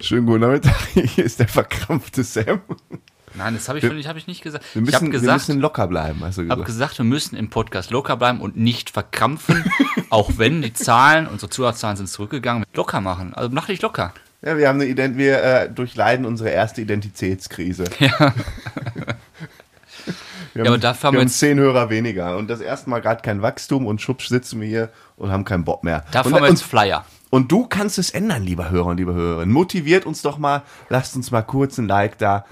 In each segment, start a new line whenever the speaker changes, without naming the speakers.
Schönen guten Nachmittag, hier ist der verkrampfte Sam.
Nein, das habe ich,
Wir-
schon nicht- hab ich nicht gesagt.
Wir
ich habe
müssen, wir
gesagt,
müssen locker bleiben, hast du
hab
gesagt.
gesagt, wir müssen im Podcast locker bleiben und nicht verkrampfen, auch wenn die Zahlen, unsere Zuhörerzahlen sind zurückgegangen, locker machen. Also mach dich locker.
Ja, wir, haben eine Ident wir äh, durchleiden unsere erste Identitätskrise. Ja. wir haben,
aber dafür haben
wir haben
wir jetzt-
zehn Hörer weniger und das erste Mal gerade kein Wachstum und schubsch sitzen wir hier und haben keinen Bock mehr.
Davon
und,
haben wir jetzt
und,
Flyer.
und du kannst es ändern, lieber Hörer und liebe Hörerinnen. Motiviert uns doch mal, lasst uns mal kurz ein Like da.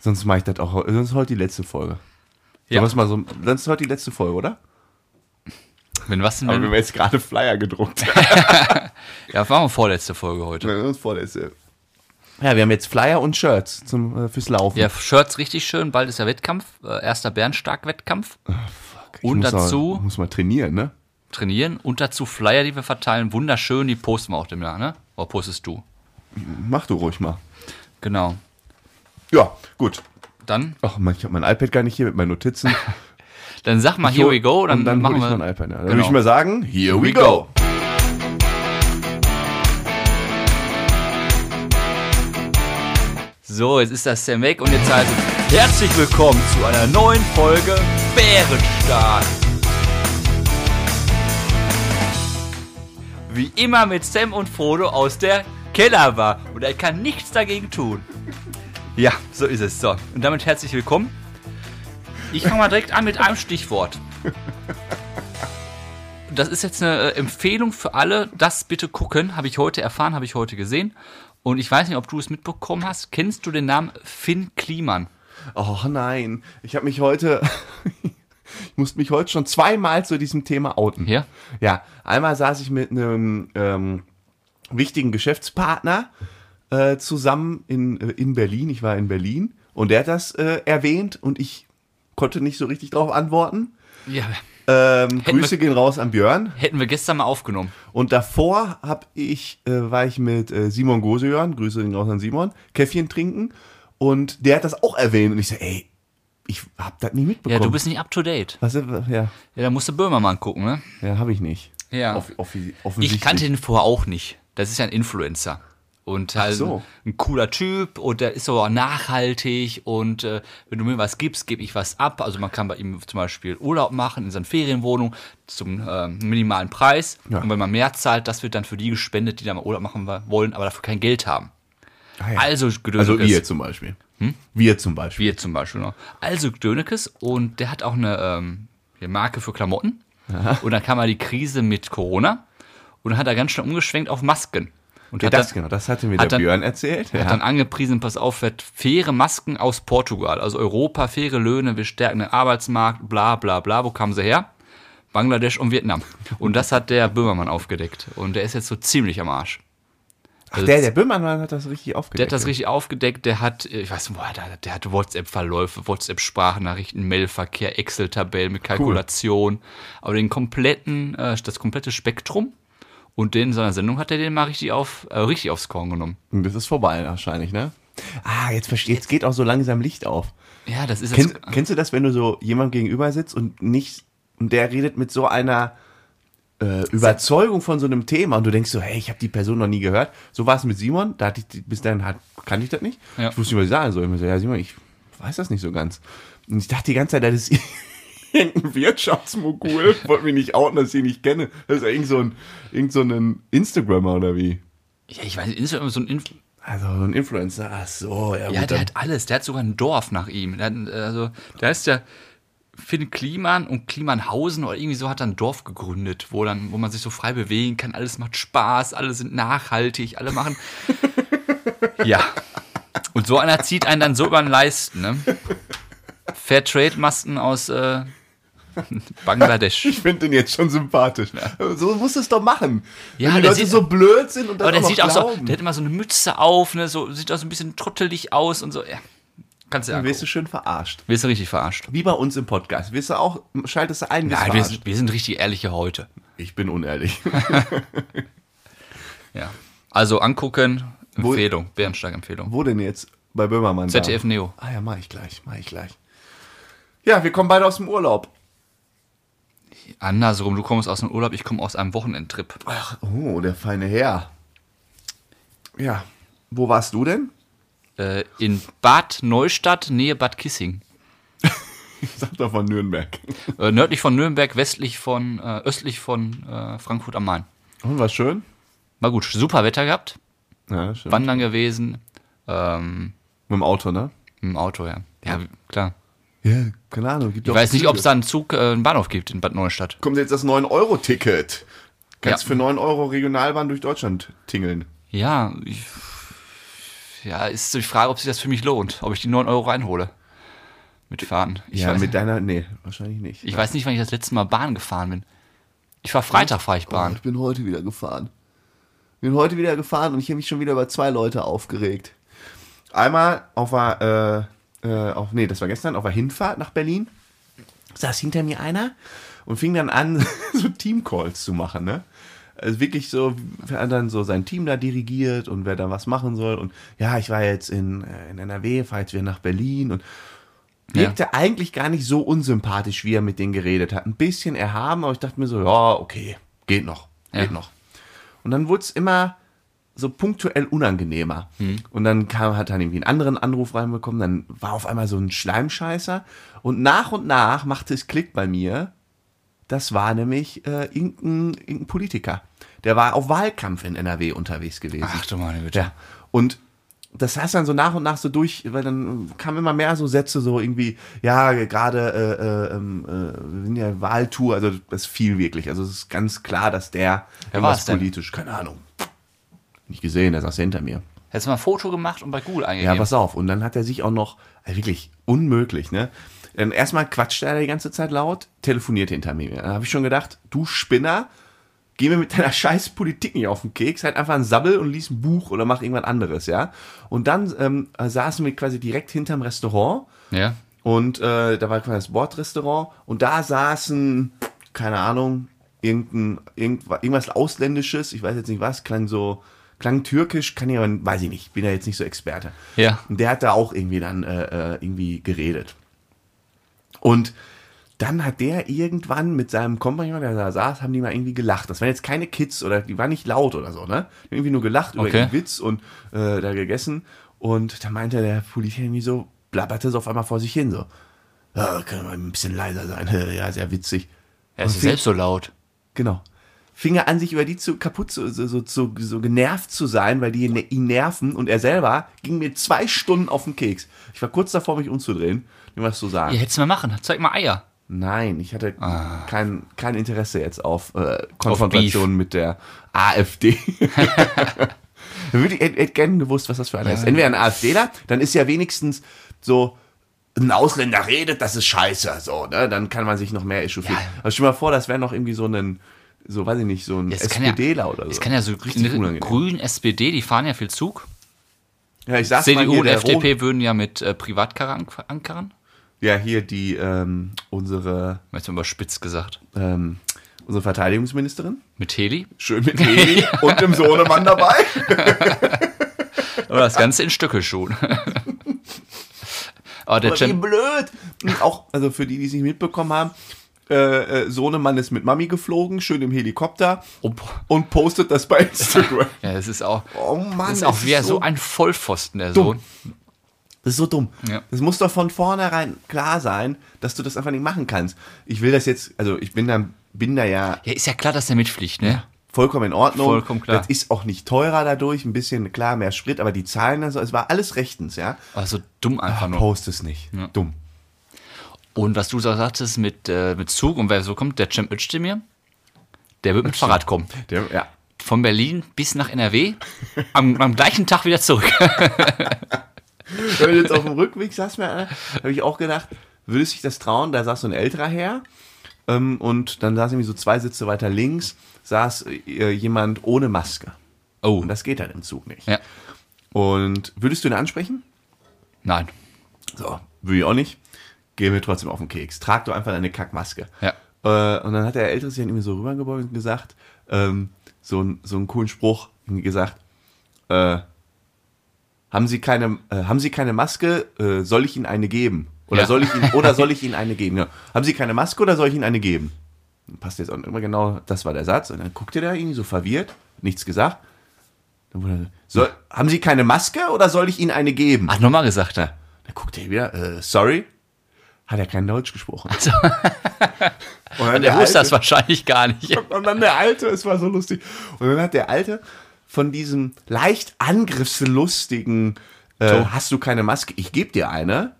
Sonst mache ich das auch, sonst ist heute die letzte Folge.
Ja.
Sollen wir's mal so, sonst ist heute die letzte Folge, oder?
Wenn was denn?
Aber wenn
Wenn,
wir jetzt gerade Flyer gedruckt haben.
ja, war mal vorletzte Folge heute.
Nein, das vorletzte. Ja, wir haben jetzt Flyer und Shirts zum, äh, fürs Laufen.
Ja, Shirts richtig schön, bald ist ja Wettkampf, äh, erster Bernstark-Wettkampf.
Ah, Ich
und
muss
dazu-
Mal, muss mal trainieren, ne?
Trainieren und dazu Flyer, die wir verteilen, wunderschön, die posten wir auch dem Jahr, ne? Oder postest du?
Mach du ruhig mal.
Genau.
Ja, gut.
Dann,
Ach, Mann, ich habe mein iPad gar nicht hier mit meinen Notizen.
dann sag mal, here we go, dann,
Und dann hol
machen
ich
wir.
mein iPad. Ja. Dann würde
Genau.
ich mal sagen, here we
we
go.
go. So, jetzt ist das Sam weg und jetzt heißt es herzlich willkommen zu einer neuen Folge Bärenstark. Wie immer mit Sam und Frodo aus der Kellerbar und er kann nichts dagegen tun. Ja, so ist es. So, und damit herzlich willkommen. Ich fange mal direkt an mit einem Stichwort. Das ist jetzt eine äh, Empfehlung für alle. Das bitte gucken. Habe ich heute erfahren, habe ich heute gesehen. Und ich weiß nicht, ob du es mitbekommen hast. Kennst du den Namen Finn Kliman?
Oh nein, ich habe mich heute, ich musste mich heute schon zweimal zu diesem Thema outen.
Ja?
Ja, einmal saß ich mit einem ähm, wichtigen Geschäftspartner äh, zusammen in, äh, in Berlin. Ich war in Berlin und der hat das äh, erwähnt und ich konnte nicht so richtig darauf antworten.
Ja.
Ähm,
Hätten
Grüße gehen raus an Björn.
Hätten wir gestern mal aufgenommen.
Und davor hab ich, äh, war ich mit äh, Simon Gosejörn, Grüße gehen raus an Simon, Käffchen trinken und der hat das auch erwähnt und ich so, ey, ich hab das nicht
Ja,
mitbekommen.
du bist nicht up to date.
Was, äh, ja,
Ja, da musst du Böhmermann gucken, ne?
ja, habe ich nicht.
Ja.
Off offi- offensichtlich.
Ich kannte den vorher auch nicht. Das ist ja ein Influencer. Und halt
so.
ein cooler Typ und der ist aber auch nachhaltig und äh, wenn du mir was gibst, gebe ich was ab. Also man kann bei ihm zum Beispiel Urlaub machen in seiner Ferienwohnung zum äh, minimalen Preis.
Ja.
Und wenn man mehr zahlt, das wird dann für die gespendet, die da mal Urlaub machen wa- wollen, aber dafür kein Geld haben.
Ah, ja.
Also
Also
Gedönekes.
wir zum Beispiel. Wir zum Beispiel.
Wir zum Beispiel noch. Also Dönekes und der hat auch eine ähm, hier Marke für Klamotten. Und dann kam mal die Krise mit Corona und dann hat er ganz schnell umgeschwenkt auf Masken. Und
Ja,
hat,
das
dann,
genau, das hatte mir
hat
der
dann-
Björn erzählt. Ja.
hat dann angepriesen, pass auf, wird faire Masken aus Portugal, also Europa, faire Löhne, wir stärken den Arbeitsmarkt, bla bla bla. Wo kamen sie her? Bangladesch und Vietnam. Und das hat der Böhmermann aufgedeckt. Und der ist jetzt so ziemlich am Arsch.
Ach, der, der Böhmermann hat das richtig
Der
aufgedeckt.
hat das richtig aufgedeckt, der hat, äh, ich weiß nicht, boah, der, der hat WhatsApp-Verläufe, WhatsApp-Sprachnachrichten, Mailverkehr, Excel-Tabellen mit Kalkulation, aber den kompletten, äh, das komplette Spektrum und den in seiner Sendung hat er den mal richtig, auf, äh, richtig aufs Korn genommen.
Und Das ist vorbei wahrscheinlich, ne? Ah, jetzt verstehe Jetzt geht auch so langsam Licht auf.
Ja, das ist
Kennst,
jetzt,
kennst du das, wenn du so jemandem gegenüber sitzt und nicht, und der redet mit so einer äh, Überzeugung von so einem Thema und du denkst so, hey, ich habe die Person noch nie gehört. So war es mit Simon, da hatte ich, die- bis dahin hat, kannte ich das nicht.
Ja.
Ich wusste nicht, was ich sagen soll. Ich mir so, ja, Simon, ich weiß das nicht so ganz. Und ich dachte die ganze Zeit, das ist irgendein Wirtschaftsmogul. Wollte mich nicht outen, dass ich ihn nicht kenne. Das ist ja irgend so ein, irgend so ein Instagrammer oder wie?
ja, ich weiß nicht, Instagram ist so ein Inf
Also so ein Influencer. Ach so, ja,
Ja,
gut,
der
dann-
hat alles. Der hat sogar ein Dorf nach ihm. Der hat, äh, also, da ist ja Finn Kliman und Klimanhausen oder irgendwie so hat er ein Dorf gegründet, wo, dann, wo man sich so frei bewegen kann. Alles macht Spaß, alle sind nachhaltig, alle machen. ja. Und so einer zieht einen dann so über den Leisten. Ne? Fairtrade-Masken aus äh, Bangladesch.
Ich finde den jetzt schon sympathisch. So musst du es doch machen.
ne? Ja,
Wenn die
der
Leute
sieht-
so blöd sind und das
Aber der
auch
sieht
noch
auch so,
glauben.
der hat immer so eine Mütze auf, ne? so, sieht auch so ein bisschen trottelig aus und so. Ja. Kannst du ja
Dann wirst du
angucken.
schön verarscht.
Wirst du richtig verarscht.
Wie bei uns im Podcast. Wirst du auch, schaltest du ein, wirst
Nein, wir
verarscht.
sind, wir sind richtig ehrliche heute.
Ich bin unehrlich.
Ja. Also angucken,
Wo-
Empfehlung, Bärensteig-Empfehlung.
Wo denn jetzt? Bei Böhmermann. da?
ZDF Neo.
Ah ja, mach ich gleich, mach ich gleich. Ja, wir kommen beide aus dem Urlaub.
Andersrum, du kommst aus einem Urlaub, ich komme aus einem Wochenendtrip.
Ach, oh, der feine Herr. Ja. Wo warst du denn?
Äh, in Bad Neustadt, Nähe Bad Kissing.
Ich sag doch von Nürnberg.
Äh, nördlich von Nürnberg, westlich von, äh, östlich von äh, Frankfurt am Main.
Und war schön?
War gut, super Wetter gehabt,
Ja, schön.
wandern gewesen, ähm,
Mit dem Auto, ne?
im Auto, ja. Ja, klar.
Ja, keine Ahnung. Gibt
Ich weiß nicht, ob es da einen Zug, äh, einen Bahnhof gibt in Bad Neustadt.
Kommt jetzt das 9-Euro-Ticket. Kannst
Ja.
für 9 Euro Regionalbahn durch Deutschland tingeln.
Ja, ich, ja, ist so die Frage, ob sich das für mich lohnt, ob ich die 9 Euro einhole. Mit Fahren. Ich,
ja,
weiß,
mit deiner. Nee, wahrscheinlich nicht.
ich weiß nicht, wann ich das letzte Mal Bahn gefahren bin. Ich war Freitag, fahre
Oh
ich Bahn.
bin heute wieder gefahren. Bin heute wieder gefahren und ich habe mich schon wieder über zwei Leute aufgeregt. Einmal auf der, äh, äh, auf, nee, das war gestern, auf der Hinfahrt nach Berlin saß hinter mir einer und fing dann an, so Teamcalls zu machen, ne? Also wirklich so, wer hat dann so sein Team da dirigiert und wer dann was machen soll. Und ja, ich war jetzt in, äh, in NRW, fahre jetzt wieder nach Berlin und wirkte eigentlich gar nicht so unsympathisch, wie er mit denen geredet hat. Ein bisschen erhaben, aber ich dachte mir so, ja, okay, geht noch, geht
Ja.
noch. Und dann wurde es immer so punktuell unangenehmer. Und dann kam, hat dann irgendwie einen anderen Anruf reinbekommen, dann war auf einmal so ein Schleimscheißer. Und nach und nach machte es Klick bei mir. Das war nämlich äh, irgendein, irgendein Politiker. Der war auf Wahlkampf in NRW unterwegs gewesen.
Ach du meine Güte.
Ja. Und das heißt dann so nach und nach so durch, weil dann kamen immer mehr so Sätze, so irgendwie, ja, gerade äh, äh, ähm, äh, wir sind ja Wahltour, also das fiel wirklich. Also es ist ganz klar, dass der
Wer war
irgendwas
es denn?
politisch, keine Ahnung. Nicht gesehen, der saß hinter mir.
Hättest du mal ein Foto gemacht und bei Google
Ja,
eingegeben.
pass auf. Und dann hat er sich auch noch, also wirklich unmöglich, ne? Dann erstmal quatscht er die ganze Zeit laut, telefoniert hinter mir. Dann habe ich schon gedacht, du Spinner, geh mir mit deiner scheiß Politik nicht auf den Keks, halt einfach ein Sabbel und lies ein Buch oder mach irgendwas anderes, ja? Und dann ähm, saßen wir quasi direkt hinterm Restaurant
ja.
und äh, da war quasi das Bordrestaurant und da saßen, keine Ahnung, irgendein, irgendwas, irgendwas Ausländisches, ich weiß jetzt nicht was, klang so, klang türkisch, kann ich aber, weiß ich nicht, bin ja jetzt nicht so Experte.
Ja.
Und der hat da auch irgendwie dann äh, äh, irgendwie geredet. Und dann hat der irgendwann mit seinem Kompagnon, der da saß, haben die mal irgendwie gelacht. Das waren jetzt keine Kids oder die waren nicht laut oder so, ne? Die haben irgendwie nur gelacht über
Okay.
den Witz und äh, da gegessen. Und da meinte der Politiker irgendwie so, blabberte so auf einmal vor sich hin, so. Ja, können wir ein bisschen leiser sein. Ja, sehr witzig.
Er ist
Und
ja
fing-
selbst so laut.
Genau. Fing er an, sich über die zu kaputt zu, so, so, so, so genervt zu sein, weil die ne- ihn nerven und er selber ging mir zwei Stunden auf den Keks. Ich war kurz davor, mich umzudrehen, dem was zu sagen.
Ja, hättest du mal machen. Zeig mal Eier.
Nein, ich hatte kein, kein Interesse jetzt auf äh,
Ah. Auf
Konfrontation mit der AfD. Dann würde ich hätte hätte gerne gewusst, was das für einer ist. Entweder ein AfDler, dann ist ja wenigstens so ein Ausländer redet, das ist scheiße, so, ne? Dann kann man sich noch mehr echauffieren.
Ja.
Aber stell dir mal vor, das wäre noch irgendwie so ein, so weiß ich nicht, so ein
Es kann ja-
SPDler oder so.
Es kann ja so
richtig
ne,
unangenehm.
grün SPD, die fahren ja viel Zug.
Ja, ich sag's mal
CDU
hier,
und
der Rot-
FDP würden ja mit äh, Privatkarren ank- ankern.
Ja, hier die ähm, unsere
Jetzt mal überspitzt gesagt.
ähm, unsere Verteidigungsministerin.
Mit Heli.
Schön mit Heli und dem Sohnemann dabei.
Aber das Ganze in Stücke schon. Aber der
Aber wie
Champ
blöd. Und Auch, also für die, die es nicht mitbekommen haben, äh, äh, Sohnemann ist mit Mami geflogen, schön im Helikopter
Oh, boah.
und postet das bei Instagram.
ja, das ist auch,
Oh Mann,
das ist auch
das ist
wieder
so
so ein Vollpfosten, der
dumm.
Sohn.
Das ist so dumm.
Ja.
Das muss doch von vornherein klar sein, dass du das einfach nicht machen kannst. Ich will das jetzt, also ich bin da, bin da ja
Ja, ist ja klar, dass der mitfliegt, ne?
vollkommen in Ordnung.
Vollkommen klar.
Das ist auch nicht teurer dadurch, ein bisschen, klar, mehr Sprit, aber die Zahlen, also es war alles rechtens, ja.
Aber so dumm einfach nur.
Post es nicht. Dumm.
Und was du so sagtest mit, äh, mit Zug und wer so kommt, der Champ Özdemir, der wird mit Fahrrad kommen.
Der, ja.
Von Berlin bis nach NRW, am, am gleichen Tag wieder zurück.
Wenn du jetzt auf dem Rückweg saß mir einer, habe ich auch gedacht, würde sich das trauen? Da saß so ein älterer Herr ähm, und dann saß irgendwie so zwei Sitze weiter links, saß äh, jemand ohne Maske.
Oh,
Und das geht dann im Zug nicht.
ja.
Und würdest du ihn ansprechen?
Nein.
So, würde ich auch nicht. Geh mir trotzdem auf den Keks. Trag doch einfach deine Kackmaske.
Ja.
Äh, und dann hat der Ältere sich dann irgendwie so rübergebeugt und gesagt, ähm, so, einen- so einen coolen Spruch irgendwie gesagt, äh, haben Sie keine, äh, haben Sie keine Maske, äh, soll ich Ihnen eine geben? Oder
Ja.
soll ich Ihnen, oder soll ich Ihnen eine geben? Ja. Haben Sie keine Maske oder soll ich Ihnen eine geben? Passt jetzt auch immer genau, das war der Satz. Und dann guckte der irgendwie so verwirrt, nichts gesagt. Dann wurde er so, soll, haben Sie keine Maske oder soll ich Ihnen eine geben?
Ach, nochmal gesagt, ne? da.
Dann guckt er wieder, äh, sorry, hat er kein Deutsch gesprochen. und dann
Der
Alte-
wusste das wahrscheinlich gar nicht.
Und dann der Alte, es war so lustig. Und dann hat der Alte von diesem leicht angriffslustigen, äh, hast du keine Maske, ich gebe dir eine,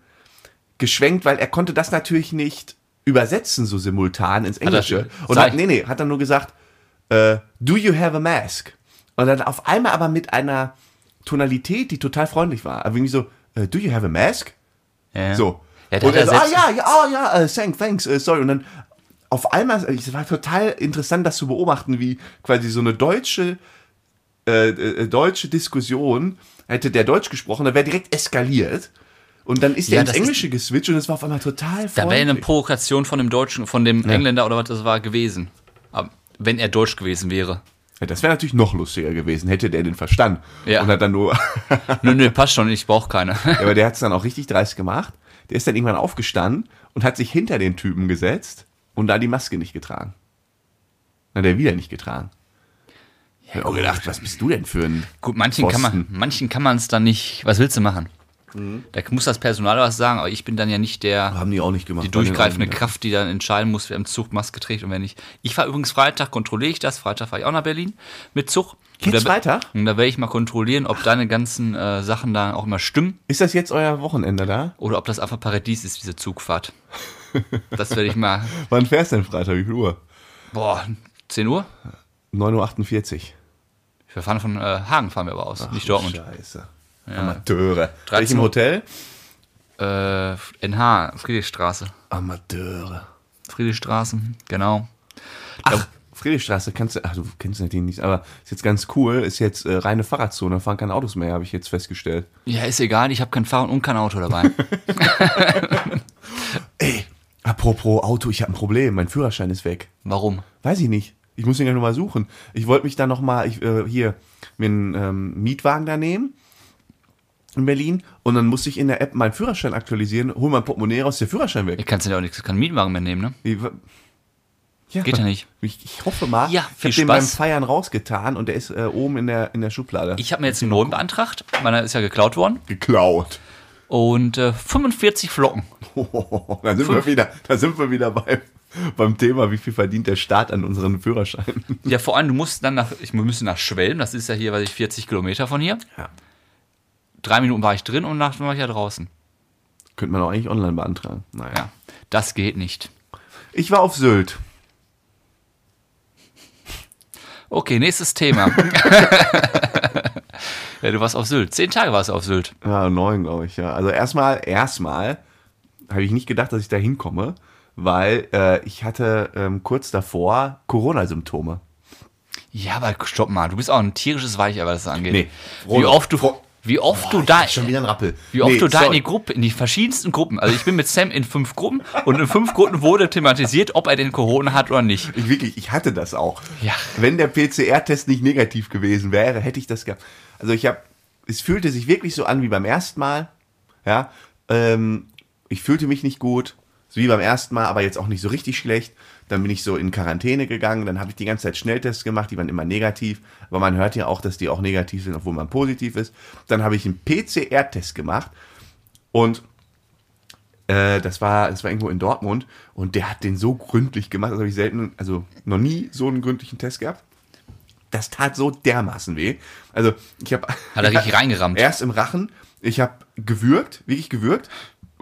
geschwenkt, weil er konnte das natürlich nicht übersetzen so simultan ins
das-
Englische. und
sag
hat,
ich-
nee, nee, hat dann nur gesagt, äh, do you have a mask? Und dann auf einmal aber mit einer Tonalität, die total freundlich war. Aber irgendwie so, äh, do you have a mask?
Ja.
So.
Ja, der
und er
hat
so,
ja
ah
selbst-
ja, ja, ah ja, äh, thanks, thanks, äh, sorry. Und dann auf einmal, äh, es war total interessant, das zu beobachten, wie quasi so eine deutsche, äh, äh, deutsche Diskussion, hätte der Deutsch gesprochen, da wäre direkt eskaliert. Und dann ist der
Ja,
ins
das ist-
Englische geswitcht und es war auf einmal total
Da wäre eine
freundlich.
Provokation von dem Deutschen, von dem Engländer oder was das war gewesen. Aber wenn er deutsch gewesen wäre.
ja, das wäre natürlich noch lustiger gewesen, hätte der den verstanden.
Ja.
Und hat dann nur,
Nö, nö, passt schon, ich brauche keine.
Ja, aber der hat es dann auch richtig dreist gemacht. Der ist dann irgendwann aufgestanden und hat sich hinter den Typen gesetzt und da die Maske nicht getragen. Na, der wieder nicht getragen. Ja, ich hab auch gedacht, was bist du denn für ein.
Gut, manchen kann man, manchen kann man es dann nicht, was willst du machen?
Mhm.
Da muss das Personal was sagen, aber ich bin dann ja nicht der
Haben die auch nicht gemacht.
die durchgreifende Kraft, die dann entscheiden muss, wer im Zug Maske trägt und wer nicht. Ich war übrigens Freitag, kontrolliere ich das. Freitag fahre ich auch nach Berlin mit Zug. Und
Jetzt
da-
Freitag?
Und da werde ich mal kontrollieren, ob deine ganzen äh, Sachen da auch immer stimmen
Ist das jetzt euer Wochenende da?
oder ob das einfach Paradies ist, diese Zugfahrt. Das werde ich mal.
Wann fährst du denn Freitag? Wie viel Uhr?
Boah, 10 Uhr?
9.48 Uhr.
Wir fahren von äh, Hagen fahren wir aber aus, nicht Dortmund.
Scheiße. Amateure.
13
Welchem
Uhr.
Hotel?
Äh, NH, Friedrichstraße.
Amateure.
Friedrichstraße, genau.
Ach, Friedrichstraße, kannst du, ach, du kennst natürlich nicht, aber ist jetzt ganz cool, ist jetzt äh, reine Fahrradzone, da fahren keine Autos mehr, habe ich jetzt festgestellt.
Ja, ist egal, ich habe kein Fahrrad und kein Auto dabei.
Ey, apropos Auto, ich habe ein Problem. Mein Führerschein ist weg.
Warum?
Weiß ich nicht. Ich muss ihn ja nochmal suchen. Ich wollte mich da nochmal äh, hier mir einen ähm, Mietwagen da nehmen in Berlin und dann musste ich in der App meinen Führerschein aktualisieren, hol mein Portemonnaie raus, der Führerschein weg.
Ich kannst ja auch nichts, keinen Mietwagen mehr nehmen, ne?
Wie, wa- ja,
Geht ja nicht.
Ich, ich hoffe mal,
Ja,
ich
viel
habe den beim
Spaß.
Feiern rausgetan und der ist äh, oben in der, in der Schublade.
Ich habe mir jetzt einen neuen beantragt, meiner ist ja geklaut worden.
geklaut.
Und äh, 45 Flocken.
Oh, da sind wir wieder, da sind wir wieder beim, beim Thema, wie viel verdient der Staat an unseren Führerschein.
Ja, vor allem, du musst dann nach, ich müssen nach Schwelm, das ist ja hier, weiß ich, 40 Kilometer von hier.
Ja.
Drei Minuten war ich drin und nach war ich ja draußen.
Könnte man auch eigentlich online beantragen. Naja.
Ja, das geht nicht.
Ich war auf Sylt.
Okay, nächstes Thema. ja, du warst auf Sylt. Zehn Tage warst du auf Sylt.
Ja, neun, glaube ich, ja. Also erstmal, erstmal habe ich nicht gedacht, dass ich da hinkomme, weil äh, ich hatte ähm, kurz davor Corona-Symptome.
Ja, aber stopp mal, du bist auch ein tierisches Weichei, was das angeht.
Nee.
wie oft du,
Fro-
wie oft du
Boah,
da,
Ah, ich hab wieder ein Rappel.
wie oft
Nee,
du da in
sorry.
die Gruppe, in die verschiedensten Gruppen, also ich bin mit Sam in fünf Gruppen und in fünf Gruppen wurde thematisiert, ob er den Corona hat oder nicht.
Ich wirklich, ich hatte das auch.
Ja.
Wenn der PCR-Test nicht negativ gewesen wäre, hätte ich das gehabt. Also ich habe, es fühlte sich wirklich so an wie beim ersten Mal. Ja, ähm, ich fühlte mich nicht gut, so wie beim ersten Mal, aber jetzt auch nicht so richtig schlecht. Dann bin ich so in Quarantäne gegangen, dann habe ich die ganze Zeit Schnelltests gemacht, die waren immer negativ. Aber man hört ja auch, dass die auch negativ sind, obwohl man positiv ist. Dann habe ich einen PCR-Test gemacht und äh, das war, das war irgendwo in Dortmund und der hat den so gründlich gemacht, das habe ich selten, also noch nie so einen gründlichen Test gehabt. Das tat so dermaßen weh. Also ich habe
Hat er richtig reingerammt?
Erst im Rachen, ich habe gewürgt, wirklich gewürgt.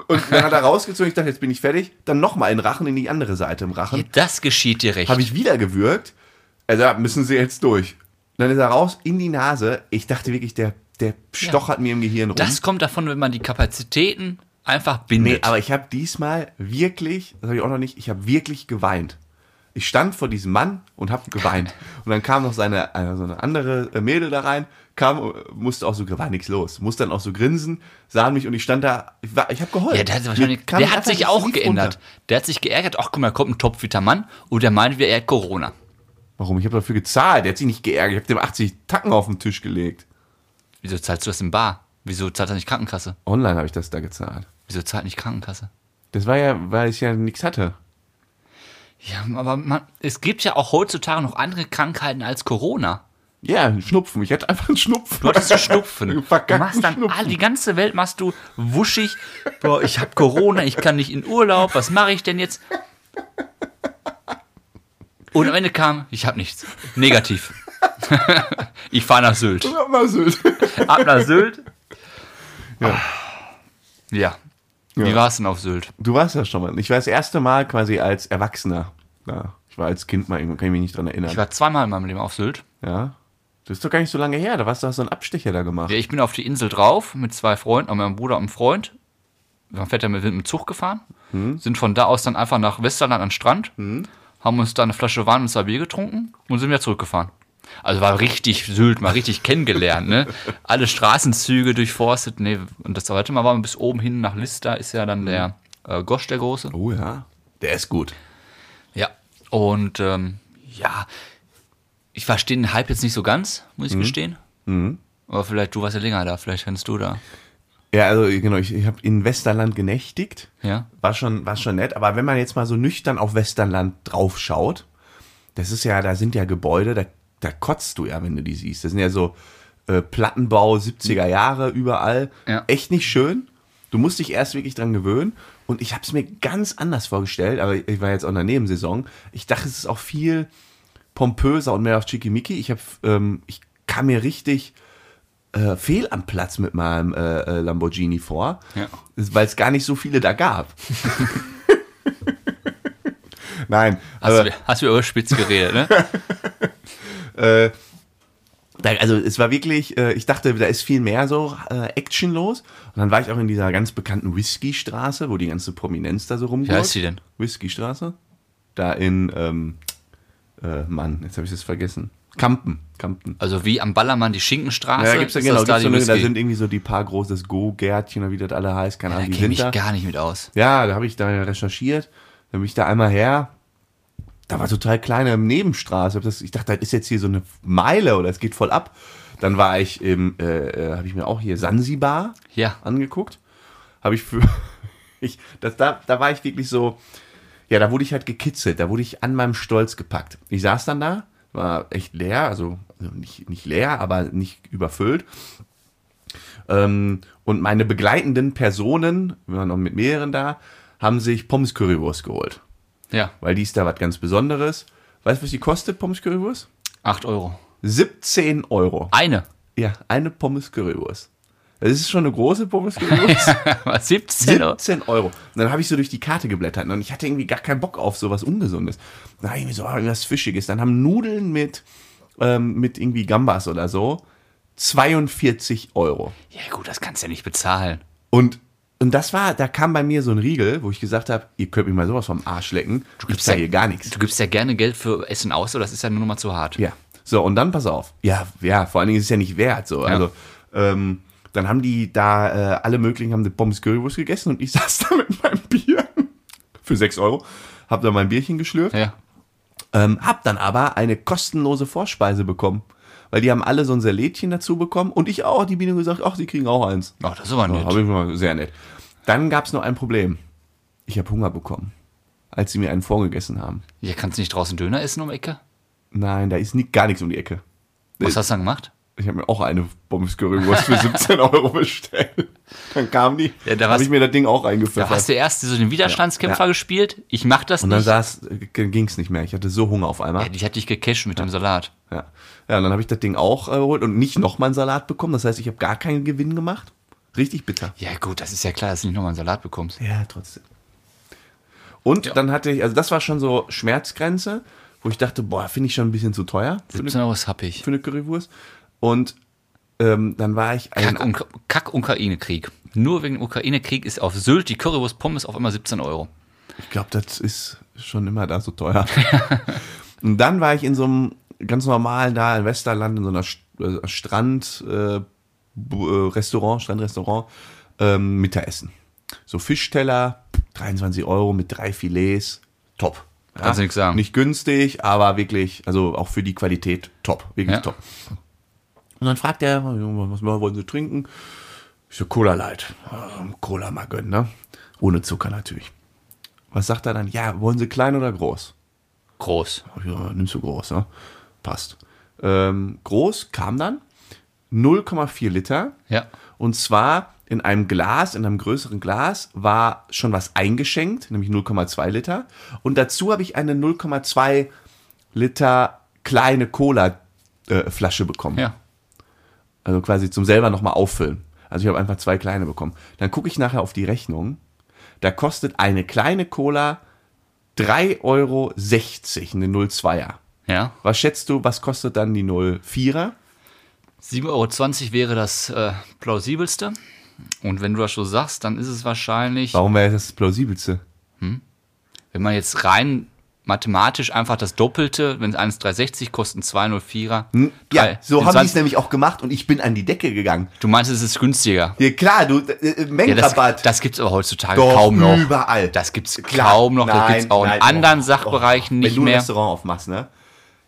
Und dann hat er rausgezogen, ich dachte, jetzt bin ich fertig. Dann nochmal in den Rachen, in die andere Seite im Rachen.
Das geschieht dir recht.
Habe ich wieder gewürgt. Also da müssen sie jetzt durch. Dann ist er raus in die Nase. Ich dachte wirklich, der, der stochert mir im Gehirn rum.
das kommt davon, wenn man die Kapazitäten einfach
Nee,
bindet.
aber ich habe diesmal wirklich, das habe ich auch noch nicht, ich habe wirklich geweint. Ich stand vor diesem Mann und habe geweint. Und dann kam noch seine, äh, so eine andere äh, Mädel da rein, kam, äh, musste auch so, ge- war nichts los, musste dann auch so grinsen, sah mich und ich stand da, ich, war- ich habe geheult.
ja, der hat, sich
Mir
wahrscheinlich,
kam
der hat
einfach
sich
das
auch
Lied
geändert.
runter.
Der hat sich geärgert, ach guck mal, da kommt ein topfitter Mann und der meint, er hat Corona.
Warum? Ich habe dafür gezahlt, der hat sich nicht geärgert, ich habe dem 80 Tacken auf den Tisch gelegt.
Wieso zahlst du das im Bar? Wieso zahlt er nicht Krankenkasse?
Online habe ich das da gezahlt.
Wieso zahlt nicht Krankenkasse?
Das war ja, weil ich ja nichts hatte.
Ja, aber man, es gibt ja auch heutzutage noch andere Krankheiten als Corona.
Ja, ein Schnupfen. Ich hatte einfach einen Schnupfen.
Du hattest Schnupfen. Du
Verkackten
machst dann
Schnupfen.
all, die ganze Welt machst du wuschig. Boah, ich habe Corona, ich kann nicht in Urlaub. Was mache ich denn jetzt? Und am Ende kam, ich habe nichts. Negativ. ich fahre nach Sylt.
Ja, mal so.
Ab nach Sylt. Ah.
Ja.
Ja. Wie
Ja.
war es denn auf Sylt?
Du warst ja schon mal. Ich war das erste Mal quasi als Erwachsener. Ja, ich war als Kind mal irgendwo, kann ich mich nicht dran erinnern.
Ich war zweimal in meinem Leben auf Sylt.
ja. Das ist doch gar nicht so lange her. Da warst du, hast du einen Abstecher da gemacht.
Ja, ich bin auf die Insel drauf mit zwei Freunden, auch meinem Bruder und einem Freund. Dann fährt er mit dem Zug gefahren, sind von da aus dann einfach nach Westerland an den Strand, haben uns da eine Flasche Wein und zwei Bier getrunken und sind wieder zurückgefahren. Also war richtig Sylt, mal richtig kennengelernt, ne? Alle Straßenzüge durchforstet, ne? Und das zweite Mal waren wir bis oben hin nach Lister, ist ja dann der äh, Gosch der Große.
Oh ja. Der ist gut.
Ja. Und ähm, ja, ich verstehe den Hype jetzt nicht so ganz, muss ich gestehen. Aber vielleicht, du warst ja länger da, vielleicht kennst du da.
Ja, also genau, ich, ich habe in Westerland genächtigt.
Ja.
War schon, war schon nett, aber wenn man jetzt mal so nüchtern auf Westerland draufschaut, das ist ja, da sind ja Gebäude, da, da kotzt du ja, wenn du die siehst. Das sind ja so äh, Plattenbau 70er Jahre überall.
Mhm. Ja.
Echt nicht schön. Du musst dich erst wirklich dran gewöhnen. Und ich habe es mir ganz anders vorgestellt, aber ich war jetzt auch in der Nebensaison. Ich dachte, es ist auch viel pompöser und mehr auf Chickimicki. Ich habe, ähm, ich kam mir richtig äh, fehl am Platz mit meinem äh, äh, Lamborghini vor,
Ja.
weil es gar nicht so viele da gab. Nein,
Hast,
aber,
du, hast du überspitzt geredet, ne?
äh, da, also es war wirklich, äh, ich dachte, da ist viel mehr so äh, Action los. Und dann war ich auch in dieser ganz bekannten Whiskystraße, wo die ganze Prominenz da so rumgeht.
heißt die denn?
Whiskystraße? Da in, ähm, äh, Mann, jetzt habe ich es vergessen. Kampen, Kampen.
Also wie am Ballermann die Schinkenstraße.
Ja, da gibt's ja
ist
genau,
das da
gibt's so eine,
die
da
Whisky?
sind irgendwie so die paar große, das Go-Gärtchen, oder wie das alle heißt, keine
da
Ahnung, die
kenne ich
sind
mich
da.
gar nicht mit aus.
Ja, da habe ich da recherchiert, da bin ich da einmal her. Da war total kleine Nebenstraße. Hab das- Ich dachte, das ist jetzt hier so eine Meile oder es geht voll ab. Dann war ich im, äh, äh, habe ich mir auch hier Sansibar
Ja.
angeguckt. Habe ich für, ich, das, da, da war ich wirklich so, ja, da wurde ich halt gekitzelt, da wurde ich an meinem Stolz gepackt. Ich saß dann da, war echt leer, also, also nicht, nicht leer, aber nicht überfüllt. Ähm, und meine begleitenden Personen, wir waren noch mit mehreren da, haben sich Pommes Currywurst geholt.
Ja,
Weil die ist da was ganz Besonderes. Weißt du, was die kostet, Pommes Currywurst?
8 Euro.
17 Euro.
Eine.
Ja, eine Pommes Currywurst. Das ist schon eine große Pommes Currywurst.
Was, 17 Euro?
17 Euro. Und dann habe ich so durch die Karte geblättert und ich hatte irgendwie gar keinen Bock auf sowas Ungesundes. Dann habe ich mir so, ah, irgendwas Fischiges. Dann haben Nudeln mit, ähm, mit irgendwie Gambas oder so 42 Euro.
Ja gut, das kannst du ja nicht bezahlen.
Und, und das war, da kam bei mir so ein Riegel, wo ich gesagt habe, ihr könnt mich mal sowas vom Arsch lecken. Du gibst da hier gar nichts.
Du gibst ja gerne Geld für Essen aus, aber das ist ja nur noch mal zu hart.
Ja. So, und dann pass auf. Ja, ja, vor allen Dingen ist es ja nicht wert. So. Also, ähm, dann haben die da äh, alle möglichen haben eine Pommes Currywurst gegessen und ich saß da mit meinem Bier für 6 Euro, hab da mein Bierchen geschlürft,
Ja.
ähm, hab dann aber eine kostenlose Vorspeise bekommen. Weil die haben alle so ein Salätchen dazu bekommen und ich auch. Die Biene gesagt, ach, die kriegen auch eins.
Ach, Oh, das ist
Ja,
aber nett.
hab ich mal sehr nett. Dann gab es noch ein Problem. Ich habe Hunger bekommen, als sie mir einen vorgegessen haben.
Ja, kannst du nicht draußen Döner essen um die Ecke?
Nein, da ist ni gar nichts um die Ecke.
Was hast du dann gemacht?
Ich habe mir auch eine Pommes Currywurst für 17 Euro bestellt. Dann kam die,
Ja, da warst-
habe ich mir das Ding auch
Da
eingepfeffert.
hast du erst so den Widerstandskämpfer
Ja.
gespielt. Ich mach das
und dann
nicht.
saß, ging es nicht mehr. Ich hatte so Hunger auf
ja,
einmal.
ich hatte dich gecasht mit dem Salat.
Ja, ja und dann habe ich das Ding auch äh, geholt und nicht nochmal einen Salat bekommen. Das heißt, ich habe gar keinen Gewinn gemacht. Richtig bitter.
Ja gut, das ist ja klar, dass du nicht nochmal einen Salat bekommst.
Ja, trotzdem. Und dann hatte ich, also das war schon so Schmerzgrenze, wo ich dachte, boah, finde ich schon ein bisschen zu teuer für eine,
17 Euro ist happig.
für eine Currywurst. Und ähm, dann war ich ein,
Kack- und- Kack-Ukraine-Krieg. Nur wegen dem Ukraine-Krieg ist auf Sylt die Currywurst Pommes auf einmal 17 Euro.
ich glaube, das ist schon immer da so teuer. Und dann war ich in so einem ganz normalen da in Westerland, in so einer St äh, Strand, äh, Bu- äh, Restaurant, Strandrestaurant, ähm, Mittagessen. So Fischteller, 23 Euro mit drei Filets, top. Ja,
Kannst du nix sagen.
Nicht günstig, aber wirklich, also auch für die Qualität top, wirklich
Ja.
top. Und dann fragt er, was wollen Sie trinken? Ich so, Cola Light. Ähm, Cola mal gönnen, ne? Ohne Zucker natürlich. Was sagt er dann? Ja, wollen Sie klein oder groß?
Groß.
Ja, nimmst du groß, ne? Passt. ähm, groß, kam dann 0,4 Liter.
Ja.
Und zwar in einem Glas, in einem größeren Glas, war schon was eingeschenkt, nämlich 0,2 Liter. Und dazu habe ich eine 0,2 Liter kleine Cola-Flasche bekommen.
Ja.
Also quasi zum selber nochmal auffüllen. Also ich habe einfach zwei kleine bekommen. Dann gucke ich nachher auf die Rechnung. Da kostet eine kleine Cola 3,60 Euro, eine 0,2er.
Ja.
Was schätzt du, was kostet dann die 0,4er?
7,20 Euro wäre das äh, plausibelste. Und wenn du das so sagst, dann ist es wahrscheinlich,
Warum wäre das das Plausibelste?
wenn man jetzt rein mathematisch einfach das Doppelte, wenn es 1,360 kosten 204er.
Hm, Ja,
drei-
so
in
haben die es
20
nämlich auch gemacht und ich bin an die Decke gegangen.
Du meinst, es ist günstiger.
Ja klar, du, äh,
Ja, das,
Mengenrabatt.
das gibt's aber heutzutage
Doch,
kaum noch.
überall.
Das gibt's
Klar,
kaum noch. das
nein,
gibt's auch
nein,
in anderen
oh,
Sachbereichen
wenn
nicht
du ein
mehr.
Restaurant aufmachst, ne?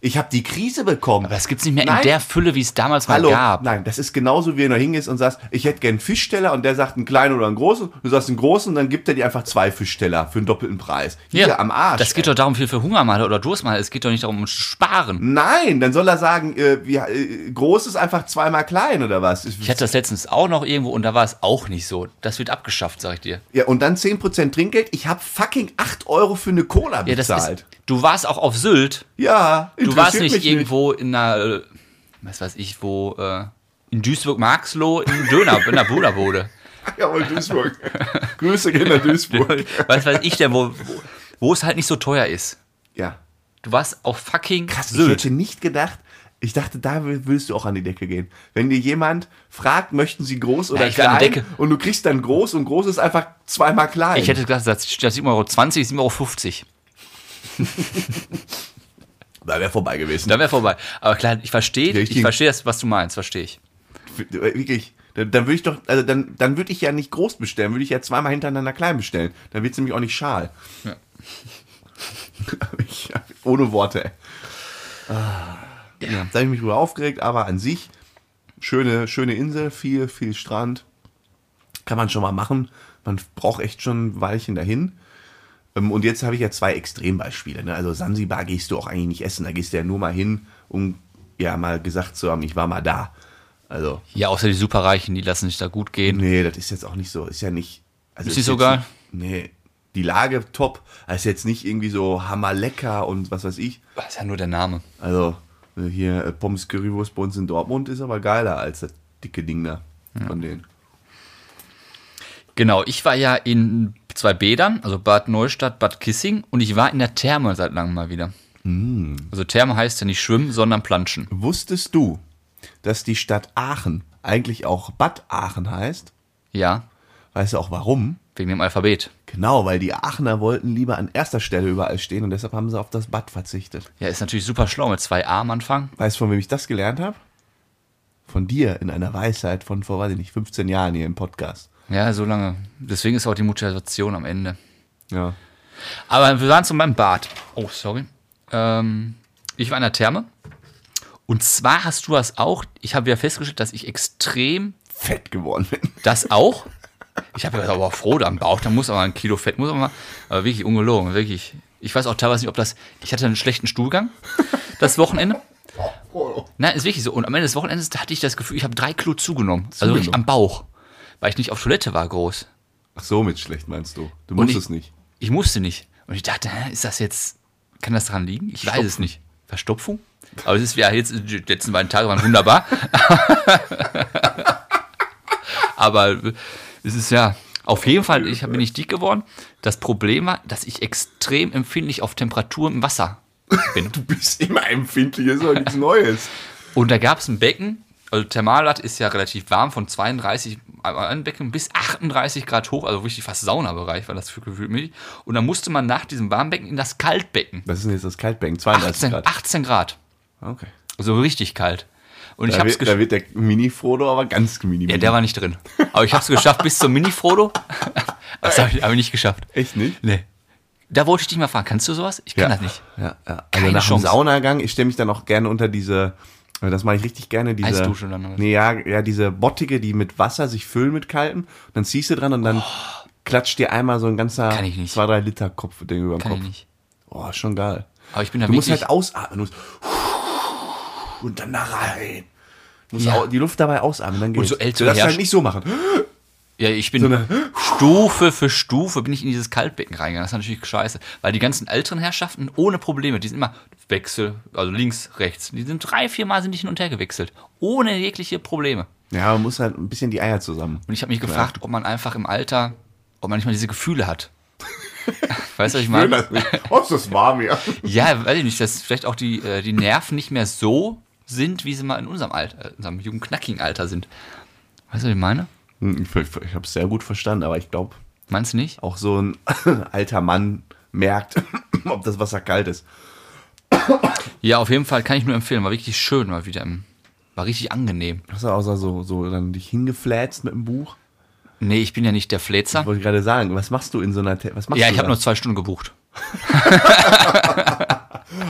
Ich habe die Krise bekommen.
Aber das gibt's nicht mehr
Nein.
in der Fülle, wie es damals mal
Hallo,
gab.
nein, das ist genauso, wie wenn du hingehst und sagst, ich hätte gern einen Fischsteller und der sagt einen kleinen oder einen großen, du sagst einen großen, dann gibt er dir einfach zwei Fischsteller für einen doppelten Preis. Hier am Arsch.
Das geht
ey.
doch darum, viel für Hunger mal oder Durst mal. Es geht doch nicht darum, um zu sparen.
Nein, dann soll er sagen, äh, wir, äh, groß ist einfach zweimal klein oder was?
Ich hatte das letztens auch noch irgendwo und da war es auch nicht so. Das wird abgeschafft, sag ich dir.
ja, und dann 10% Trinkgeld. Ich habe fucking 8 Euro für eine Cola
Ja, das
bezahlt.
ist, du warst auch auf Sylt.
Ja,
Du warst
interessiert mich
nicht irgendwo in einer, äh, was weiß ich, wo, äh, in Duisburg-Marxloh, in Döner, in der Dönerbude.
Jawohl, Duisburg. Grüße gehen nach Duisburg.
Ne? was weiß ich denn, wo, wo, wo es halt nicht so teuer ist.
Ja.
Du warst auf fucking
Krass, ich
Sylt.
hätte nicht gedacht, ich dachte, da wür- würdest du auch an die Decke gehen. Wenn dir jemand fragt, möchten sie groß oder
ich wär an
klein
der Decke.
und du kriegst dann groß und groß ist einfach zweimal klein.
Ich hätte gesagt, das steht 7,20 Euro, 7,50 Euro.
da wäre vorbei gewesen.
Da wäre vorbei. Aber klar, ich verstehe,
Richtig.
ich verstehe das, was du meinst, verstehe ich.
Wirklich. Dann, dann würde ich doch, also dann, dann würde ich ja nicht groß bestellen, würde ich ja zweimal hintereinander klein bestellen. Dann wird es nämlich auch nicht schal. ich, ohne Worte. ey. Ah, ja. Da habe ich mich drüber aufgeregt, aber an sich, schöne, schöne Insel, viel, viel Strand. Kann man schon mal machen. Man braucht echt schon ein Weilchen dahin. Ähm, Und jetzt habe ich ja zwei Extrembeispiele. Ne? Also Sansibar gehst du auch eigentlich nicht essen. Da gehst du ja nur mal hin, um ja mal gesagt zu haben, ich war mal da. Also,
Ja, außer die Superreichen, die lassen sich da gut gehen.
nee, das ist jetzt auch nicht so. Ist ja nicht. Also
Ist nicht so geil?
jetzt- Nee. Die Lage top. Das ist jetzt nicht irgendwie so hammerlecker und was weiß ich.
Das ist ja nur der Name.
Also äh, hier äh, Pommes Currywurst bei uns in Dortmund ist aber geiler als das dicke Ding da von denen.
Genau, ich war ja in zwei Bädern, also Bad Neustadt, Bad Kissing und ich war in der Therme seit langem mal wieder. Also Therme heißt ja nicht schwimmen, sondern planschen.
Wusstest du, dass die Stadt Aachen eigentlich auch Bad Aachen heißt?
Ja,
Weißt du auch warum?
wegen dem Alphabet.
Genau, weil die Aachener wollten lieber an erster Stelle überall stehen und deshalb haben sie auf das Bad verzichtet.
Ja, ist natürlich super schlau mit zwei A am Anfang.
Weißt du, von wem ich das gelernt habe? Von dir in einer Weisheit von vor, weiß ich nicht, 15 Jahren hier im Podcast.
Ja, so lange. Deswegen ist auch die Motivation am Ende.
Ja.
Aber wir waren zu meinem Bad. Oh, sorry. Ähm, ich war in der Therme. Und zwar hast du das auch. Ich habe ja festgestellt, dass ich extrem
Fett geworden bin.
Das auch? Ich habe aber auch froh am Bauch, da muss aber ein Kilo Fett, muss aber mal, aber wirklich ungelogen, wirklich. Ich weiß auch teilweise nicht, ob das, ich hatte einen schlechten Stuhlgang, das Wochenende. Nein, ist wirklich so. Und am Ende des Wochenendes da hatte ich das Gefühl, ich habe drei Kilo zugenommen. Also wirklich am Bauch. Weil ich nicht auf Toilette war groß.
Ach so, mit schlecht meinst du. Du
Und
musst
ich,
es nicht.
Ich musste nicht. Und ich dachte, hä, ist das jetzt, kann das daran liegen? Ich weiß es nicht. Verstopfung? Aber es ist ja jetzt, die letzten beiden Tage waren wunderbar. Aber es ist ja, auf jeden Fall, ich bin nicht dick geworden. Das Problem war, dass ich extrem empfindlich auf Temperatur im Wasser bin.
Du bist immer empfindlich, ist doch nichts Neues.
Und da gab es ein Becken, also Thermalbad ist ja relativ warm, von 32 am einen Becken bis 38 Grad hoch, also richtig fast Saunabereich war das für für mich. Und dann musste man nach diesem Warmbecken in das Kaltbecken.
Was ist denn jetzt das Kaltbecken? 32
18
Grad.
18 Grad.
Ah, Okay.
Also richtig kalt. Und ich
Da
hab's
wird, da
geschafft.
wird der Mini-Frodo aber ganz mini.
Ja, der war nicht drin. Aber ich hab's geschafft bis zum Mini-Frodo. Das habe ich, hab ich nicht geschafft.
Echt nicht?
Nee. Da wollte ich dich mal fragen, kannst du sowas? Ich kann das nicht.
Ja, ja. Also
Keine
nach
Chance.
dem Saunagang, ich stelle mich dann auch gerne unter diese, äh, das mache ich richtig gerne, diese.
Eisdusche dann, oder was?
nee, ja, ja, diese Bottige, die mit Wasser sich füllen mit kaltem. Und dann ziehst du dran und dann klatscht dir einmal so ein ganzer
Oh. Kann ich nicht.
zwei, drei Liter Kopf Ding über den
Kann
Kopf.
ich nicht.
Oh, schon geil.
Aber ich bin da
Du musst
wirklich.
halt ausatmen. Du musst und dann nach rein. Muss au- die Luft dabei ausatmen, dann geht's.
so El
du darfst
Hersch-
halt nicht so machen.
Ja, ich bin Stufe für Stufe bin ich in dieses Kaltbecken reingegangen. Das ist natürlich scheiße. Weil die ganzen älteren Herrschaften ohne Probleme, die sind immer Wechsel, also links, rechts. Die sind drei, vier Mal sind die hin und her gewechselt. Ohne jegliche Probleme.
Ja, man muss halt ein bisschen die Eier zusammen.
Und ich habe mich gefragt, ob man einfach im Alter, ob man nicht mal diese Gefühle hat. weißt du, was ich
Schön,
meine?
dass nicht. Oh, das war mir.
Ja, weiß ich nicht, dass vielleicht auch die, äh, die Nerven nicht mehr so sind, wie sie mal in unserem Alter, in unserem jungen, knackigen Alter sind. Weißt du, was ich meine?
Ich, ich, ich habe es sehr gut verstanden, aber ich glaube,
Meinst du nicht?
auch so ein alter Mann merkt, ob das Wasser kalt ist.
Ja, auf jeden Fall kann ich nur empfehlen. War wirklich schön mal wieder. Im, war richtig angenehm.
Hast du außer so, so dann dich hingefläzt mit dem Buch?
Nee, ich bin ja nicht der Flezer.
Wollte ich gerade sagen, was machst du in so einer Te was machst
Ja,
du
ich habe
da?
nur zwei Stunden gebucht.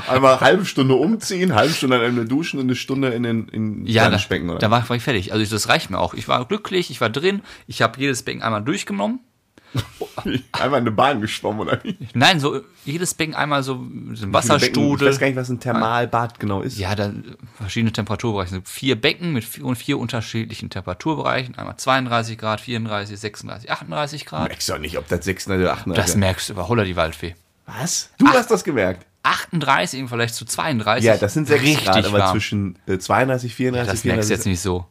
einmal eine halbe Stunde umziehen, halbe Stunde an einem duschen und eine Stunde in den in
Ja, da,
kleines Becken, oder?
da war, war ich fertig. Also ich, das reicht mir auch. Ich war glücklich, ich war drin. Ich habe jedes Becken einmal durchgenommen.
einmal in eine Bahn geschwommen oder wie?
Nein, so jedes Becken einmal so ein
Becken- Ich weiß
Wasserstudel.
gar nicht, was ein Thermalbad genau ist.
Ja, dann verschiedene Temperaturbereiche. Es sind Vier Becken mit vier, und vier unterschiedlichen Temperaturbereichen. Einmal 32 Grad, 34, 36, 38 Grad.
Ich weiß auch nicht, ob das 6 oder 8
Das merkst du über Holler die Waldfee.
Was? Du hast das gemerkt.
38 im Vergleich zu 32.
Ja, das sind 6
richtig
Grad, aber
warm.
zwischen äh, 32, 34,
Das merkst
34.
du jetzt nicht so.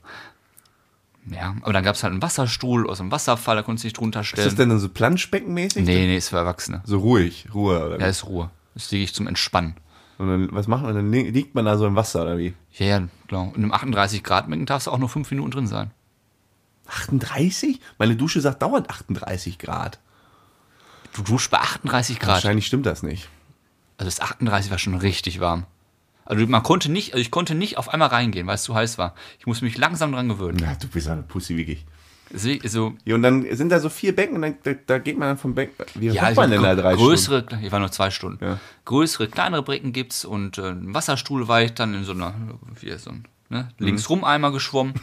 Ja, aber dann gab es halt einen Wasserstuhl aus einem Wasserfall, da konntest du dich drunter
Ist das
stellen.
denn dann so Planschbeckenmäßig?
Nee, nee, ist für Erwachsene.
So ruhig, Ruhe oder wie?
Da ist Ruhe. Das liege ich zum Entspannen.
Und dann, was macht man? Dann li- liegt man da so im Wasser oder wie?
Ja, ja, genau. Und im 38 Grad Becken darfst du auch nur 5 Minuten drin sein.
38? Meine Dusche sagt dauernd 38 Grad.
Du duschst bei 38 Grad.
Wahrscheinlich stimmt das nicht.
Also das 38 war schon richtig warm. Also man konnte nicht, also ich konnte nicht auf einmal reingehen, weil es zu heiß war. Ich musste mich langsam dran gewöhnen.
Ja, du bist eine Pussy, wirklich.
Deswegen, also,
Ja, und dann sind da so vier Becken und dann, da, da geht man dann vom Becken. Wie
ja,
hockt man denn da drei Stunden?
größere, ich war nur zwei Stunden.
Ja.
Größere, kleinere Brecken gibt's und äh, einen Wasserstuhl war ich dann in so einer, wie so ein, ne,
Mhm.
links rum einmal geschwommen.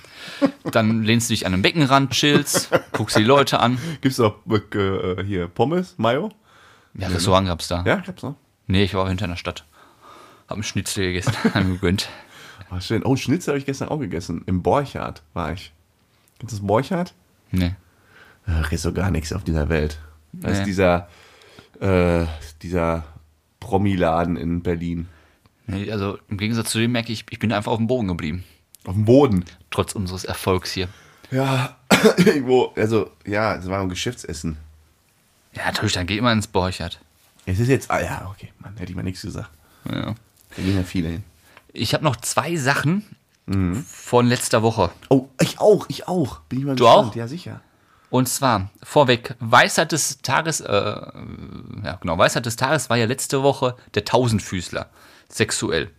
dann lehnst du dich an den Beckenrand, chillst, guckst die Leute an.
Gibt es auch äh, hier Pommes, Mayo?
Ja, Restaurant gab's da.
genau. Ja, gab's noch.
Nee, ich war hinter einer Stadt. Hab einen Schnitzel gegessen, hab mir gegönnt.
Oh, schön. Oh, Schnitzel habe ich gestern auch gegessen. Im Borchardt war ich. Kennst du das Borchardt?
Nee.
Ach, ist so gar nichts auf dieser Welt. Das
Nee.
ist dieser, äh, dieser Promi-Laden in Berlin.
nee. Also im Gegensatz zu dem merke ich, ich bin einfach auf dem Boden geblieben.
Auf dem Boden.
trotz unseres Erfolgs hier.
Ja, irgendwo. Also, ja, es war ein Geschäftsessen.
Ja, natürlich, dann geht man ins Borchert.
Es ist jetzt. Ah, ja, okay, Mann, hätte ich mal nichts gesagt.
Ja.
Da gehen ja viele hin.
Ich habe noch zwei Sachen von letzter Woche.
Oh, ich auch, ich auch. Bin ich mal
Du auch?
Ja, sicher.
Und zwar vorweg, Weisheit des Tages, äh, ja genau, Weisheit des Tages war ja letzte Woche der Tausendfüßler, sexuell.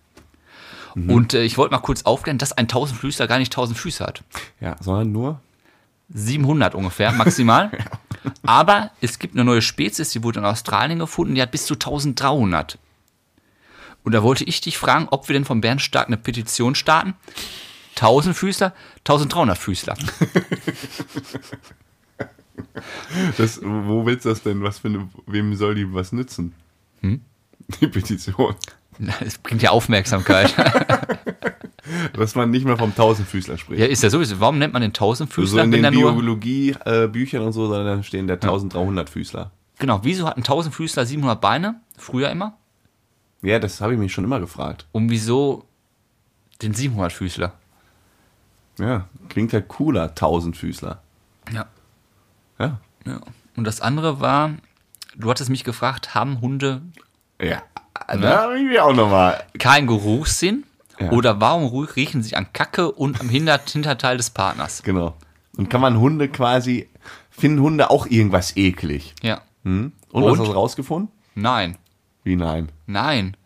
Und äh, ich wollte mal kurz aufklären, dass ein Tausendfüßler gar nicht tausend Füße hat.
Ja, sondern nur.
700 ungefähr, maximal. Aber es gibt eine neue Spezies, die wurde in Australien gefunden, die hat bis zu 1300. Und da wollte ich dich fragen, ob wir denn vom Bernstark eine Petition starten? 1000 Füßler, 1300 Füßler.
Das, wo willst du das denn? Was für eine, wem soll die was nützen? Hm? Die Petition.
Das bringt ja Aufmerksamkeit.
Dass man nicht mehr vom Tausendfüßler spricht. Also
ja, ist ja sowieso. Warum nennt man den 1000
so
Füßler,
in den
wenn da nur.
Biologie-Büchern und so, sondern da stehen der 1300-Füßler.
Genau, wieso hat ein 1000 Füßler 700 Beine? Früher immer.
Ja, das habe ich mich schon immer gefragt.
Und wieso den 700 Füßler?
Ja, klingt halt cooler, Tausendfüßler.
Ja.
Ja.
ja. Und das andere war, du hattest mich gefragt, haben Hunde also
Ja, da habe ich mich auch nochmal.
keinen Geruchssinn?
Ja.
Oder warum ruhig riechen sie an Kacke und am Hinter Hinterteil des Partners?
Genau. Und kann man Hunde quasi, finden Hunde auch irgendwas eklig?
Ja.
Hm? Und, was
Und?
hast du rausgefunden?
Nein.
Wie nein?
Nein.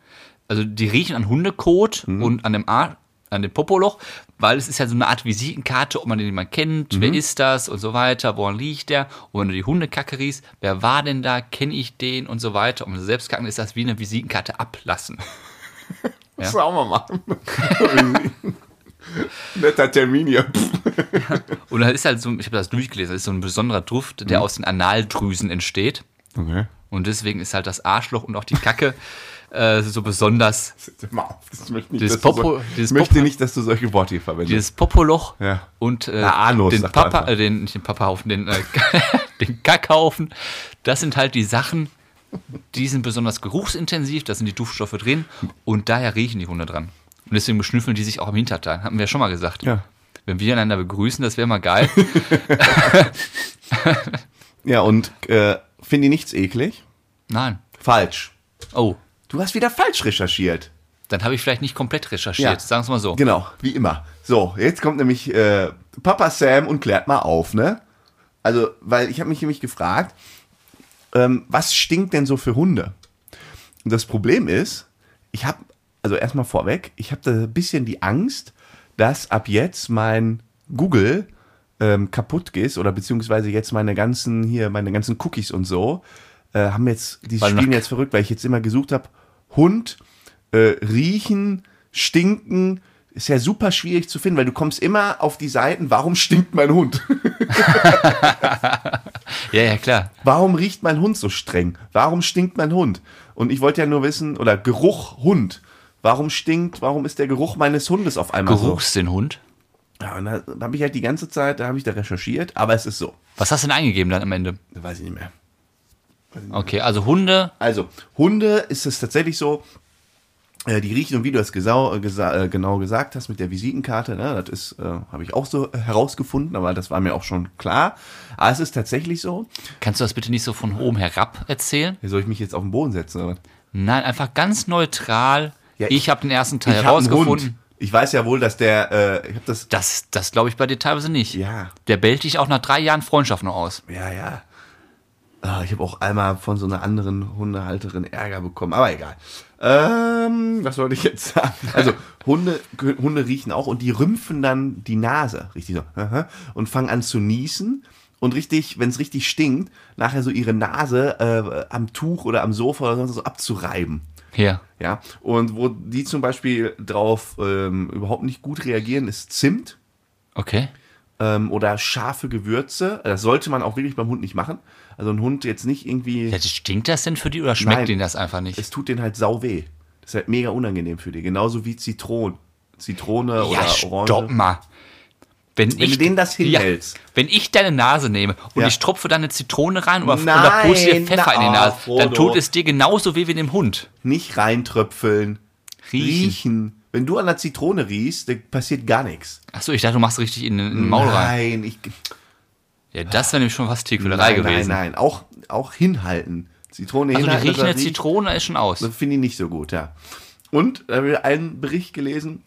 Also die riechen an Hundekot und an dem Ar an dem Popoloch, weil es ist ja so eine Art Visitenkarte, ob man den jemand kennt, wer ist das und so weiter, woran riecht der? Und wenn du die Hundekacke riechst, wer war denn da, kenne ich den und so weiter. Und wenn du selbst kacken, ist das wie eine Visitenkarte ablassen.
Ja. Das auch mal machen. Netter Termin hier.
Und da ist halt so, ich habe das durchgelesen, das ist so ein besonderer Duft, der aus den Analdrüsen entsteht.
Okay.
Und deswegen ist halt das Arschloch und auch die Kacke äh, so besonders.
Mal auf, Das möchte nicht,
Dieses
dass du
Popo-
so,
dieses
möchte
Popo-
nicht, dass du solche Worte hier verwendest.
Dieses Popoloch
Ja.
und äh,
Na, Anus,
den
sagt man
Papa,
einfach.
äh, den, nicht den Papahaufen, den, äh, den Kackhaufen. Das sind halt die Sachen, die sind besonders geruchsintensiv, da sind die Duftstoffe drin und daher riechen die Hunde dran. Und deswegen beschnüffeln die sich auch im Hinterteil. Hatten wir ja schon mal gesagt.
Ja.
Wenn wir einander begrüßen, das wäre mal geil.
Ja, und äh, finde ich nichts eklig?
Nein.
Falsch.
Oh,
Du hast wieder falsch recherchiert.
dann habe ich vielleicht nicht komplett recherchiert.
Ja.
Sagen wir mal so.
Genau, wie immer. So, jetzt kommt nämlich äh, Papa Sam und klärt mal auf, ne? Also, weil ich habe mich nämlich gefragt, ähm, was stinkt denn so für Hunde? Und das Problem ist, ich habe, also erstmal vorweg, ich habe da ein bisschen die Angst, dass ab jetzt mein Google ähm, kaputt geht oder beziehungsweise jetzt meine ganzen hier, meine ganzen Cookies und so, äh, haben jetzt, die
Weil du
spielen
nach-
jetzt verrückt, weil ich jetzt immer gesucht habe, Hund, äh, riechen, stinken, ist ja super schwierig zu finden, weil du kommst immer auf die Seiten, warum stinkt mein Hund?
Ja, ja, klar.
Warum riecht mein Hund so streng? Warum stinkt mein Hund? Und ich wollte ja nur wissen, oder Geruch Hund. Warum stinkt, warum ist der Geruch meines Hundes auf einmal
Geruchst den Hund.
so? Ja, und da habe ich halt die ganze Zeit, da habe ich da recherchiert, aber es ist so.
Was hast du denn eingegeben dann am Ende?
Da weiß ich nicht mehr.
Okay, also Hunde,
Also, Hunde ist es tatsächlich so, äh, die riechen, und wie du das gesau, äh, gesa äh, genau gesagt hast mit der Visitenkarte, ne, das ist, äh, habe ich auch so äh, herausgefunden, aber das war mir auch schon klar. Aber es ist tatsächlich so,
kannst du das bitte nicht so von oben herab erzählen?
soll ich mich jetzt auf den Boden setzen? Oder? was?
Nein, einfach ganz neutral.
Ja,
ich habe den ersten Teil
hab einen
herausgefunden.
Hund. Ich weiß ja wohl, dass der, äh, ich habe das
Das, das glaube ich bei dir teilweise nicht.
Ja.
Der bellt dich auch nach drei Jahren Freundschaft noch aus.
Ja, ja. Ah, Ich habe auch einmal von so einer anderen Hundehalterin Ärger bekommen, aber egal. Ähm, was wollte ich jetzt sagen? Also, Hunde, Hunde riechen auch und die rümpfen dann die Nase, richtig so, aha, und fangen an zu niesen und richtig, wenn es richtig stinkt, nachher so ihre Nase äh, am Tuch oder am Sofa oder sonst was so abzureiben.
Hier.
Ja, und wo die zum Beispiel drauf ähm, überhaupt nicht gut reagieren, ist Zimt
Okay.
ähm, oder scharfe Gewürze. Äh, Das sollte man auch wirklich beim Hund nicht machen. Also ein Hund jetzt nicht irgendwie,
Ja, stinkt das denn für die oder schmeckt
Nein.
denen das einfach nicht?
es tut den halt sau weh. Das ist halt mega unangenehm für die. Genauso wie Zitronen. Zitrone
ja,
oder
stopp
Orange.
mal. Wenn,
Wenn
ich,
du denen das hinhältst.
Ja, wenn ich deine Nase nehme und
Ja.
ich tropfe da eine Zitrone rein oder,
Nein,
oder puste dir Pfeffer
na,
in die Nase, dann
Frodo.
tut es dir genauso weh wie dem Hund.
Nicht reintröpfeln.
Riechen.
Riechen. Wenn du an der Zitrone riechst, dann passiert gar nichts.
Achso, ich dachte, du machst richtig in, den- in den Maul rein.
Nein, ich,
Ja, das wäre nämlich schon fast Tierquälerei
nein, nein,
gewesen.
nein. Auch, auch hinhalten. Zitrone
Also die
hinhalten. dass
riechende
das riecht.
Zitrone ist schon aus.
Das finde ich nicht so gut, ja. Und da habe ich einen Bericht gelesen,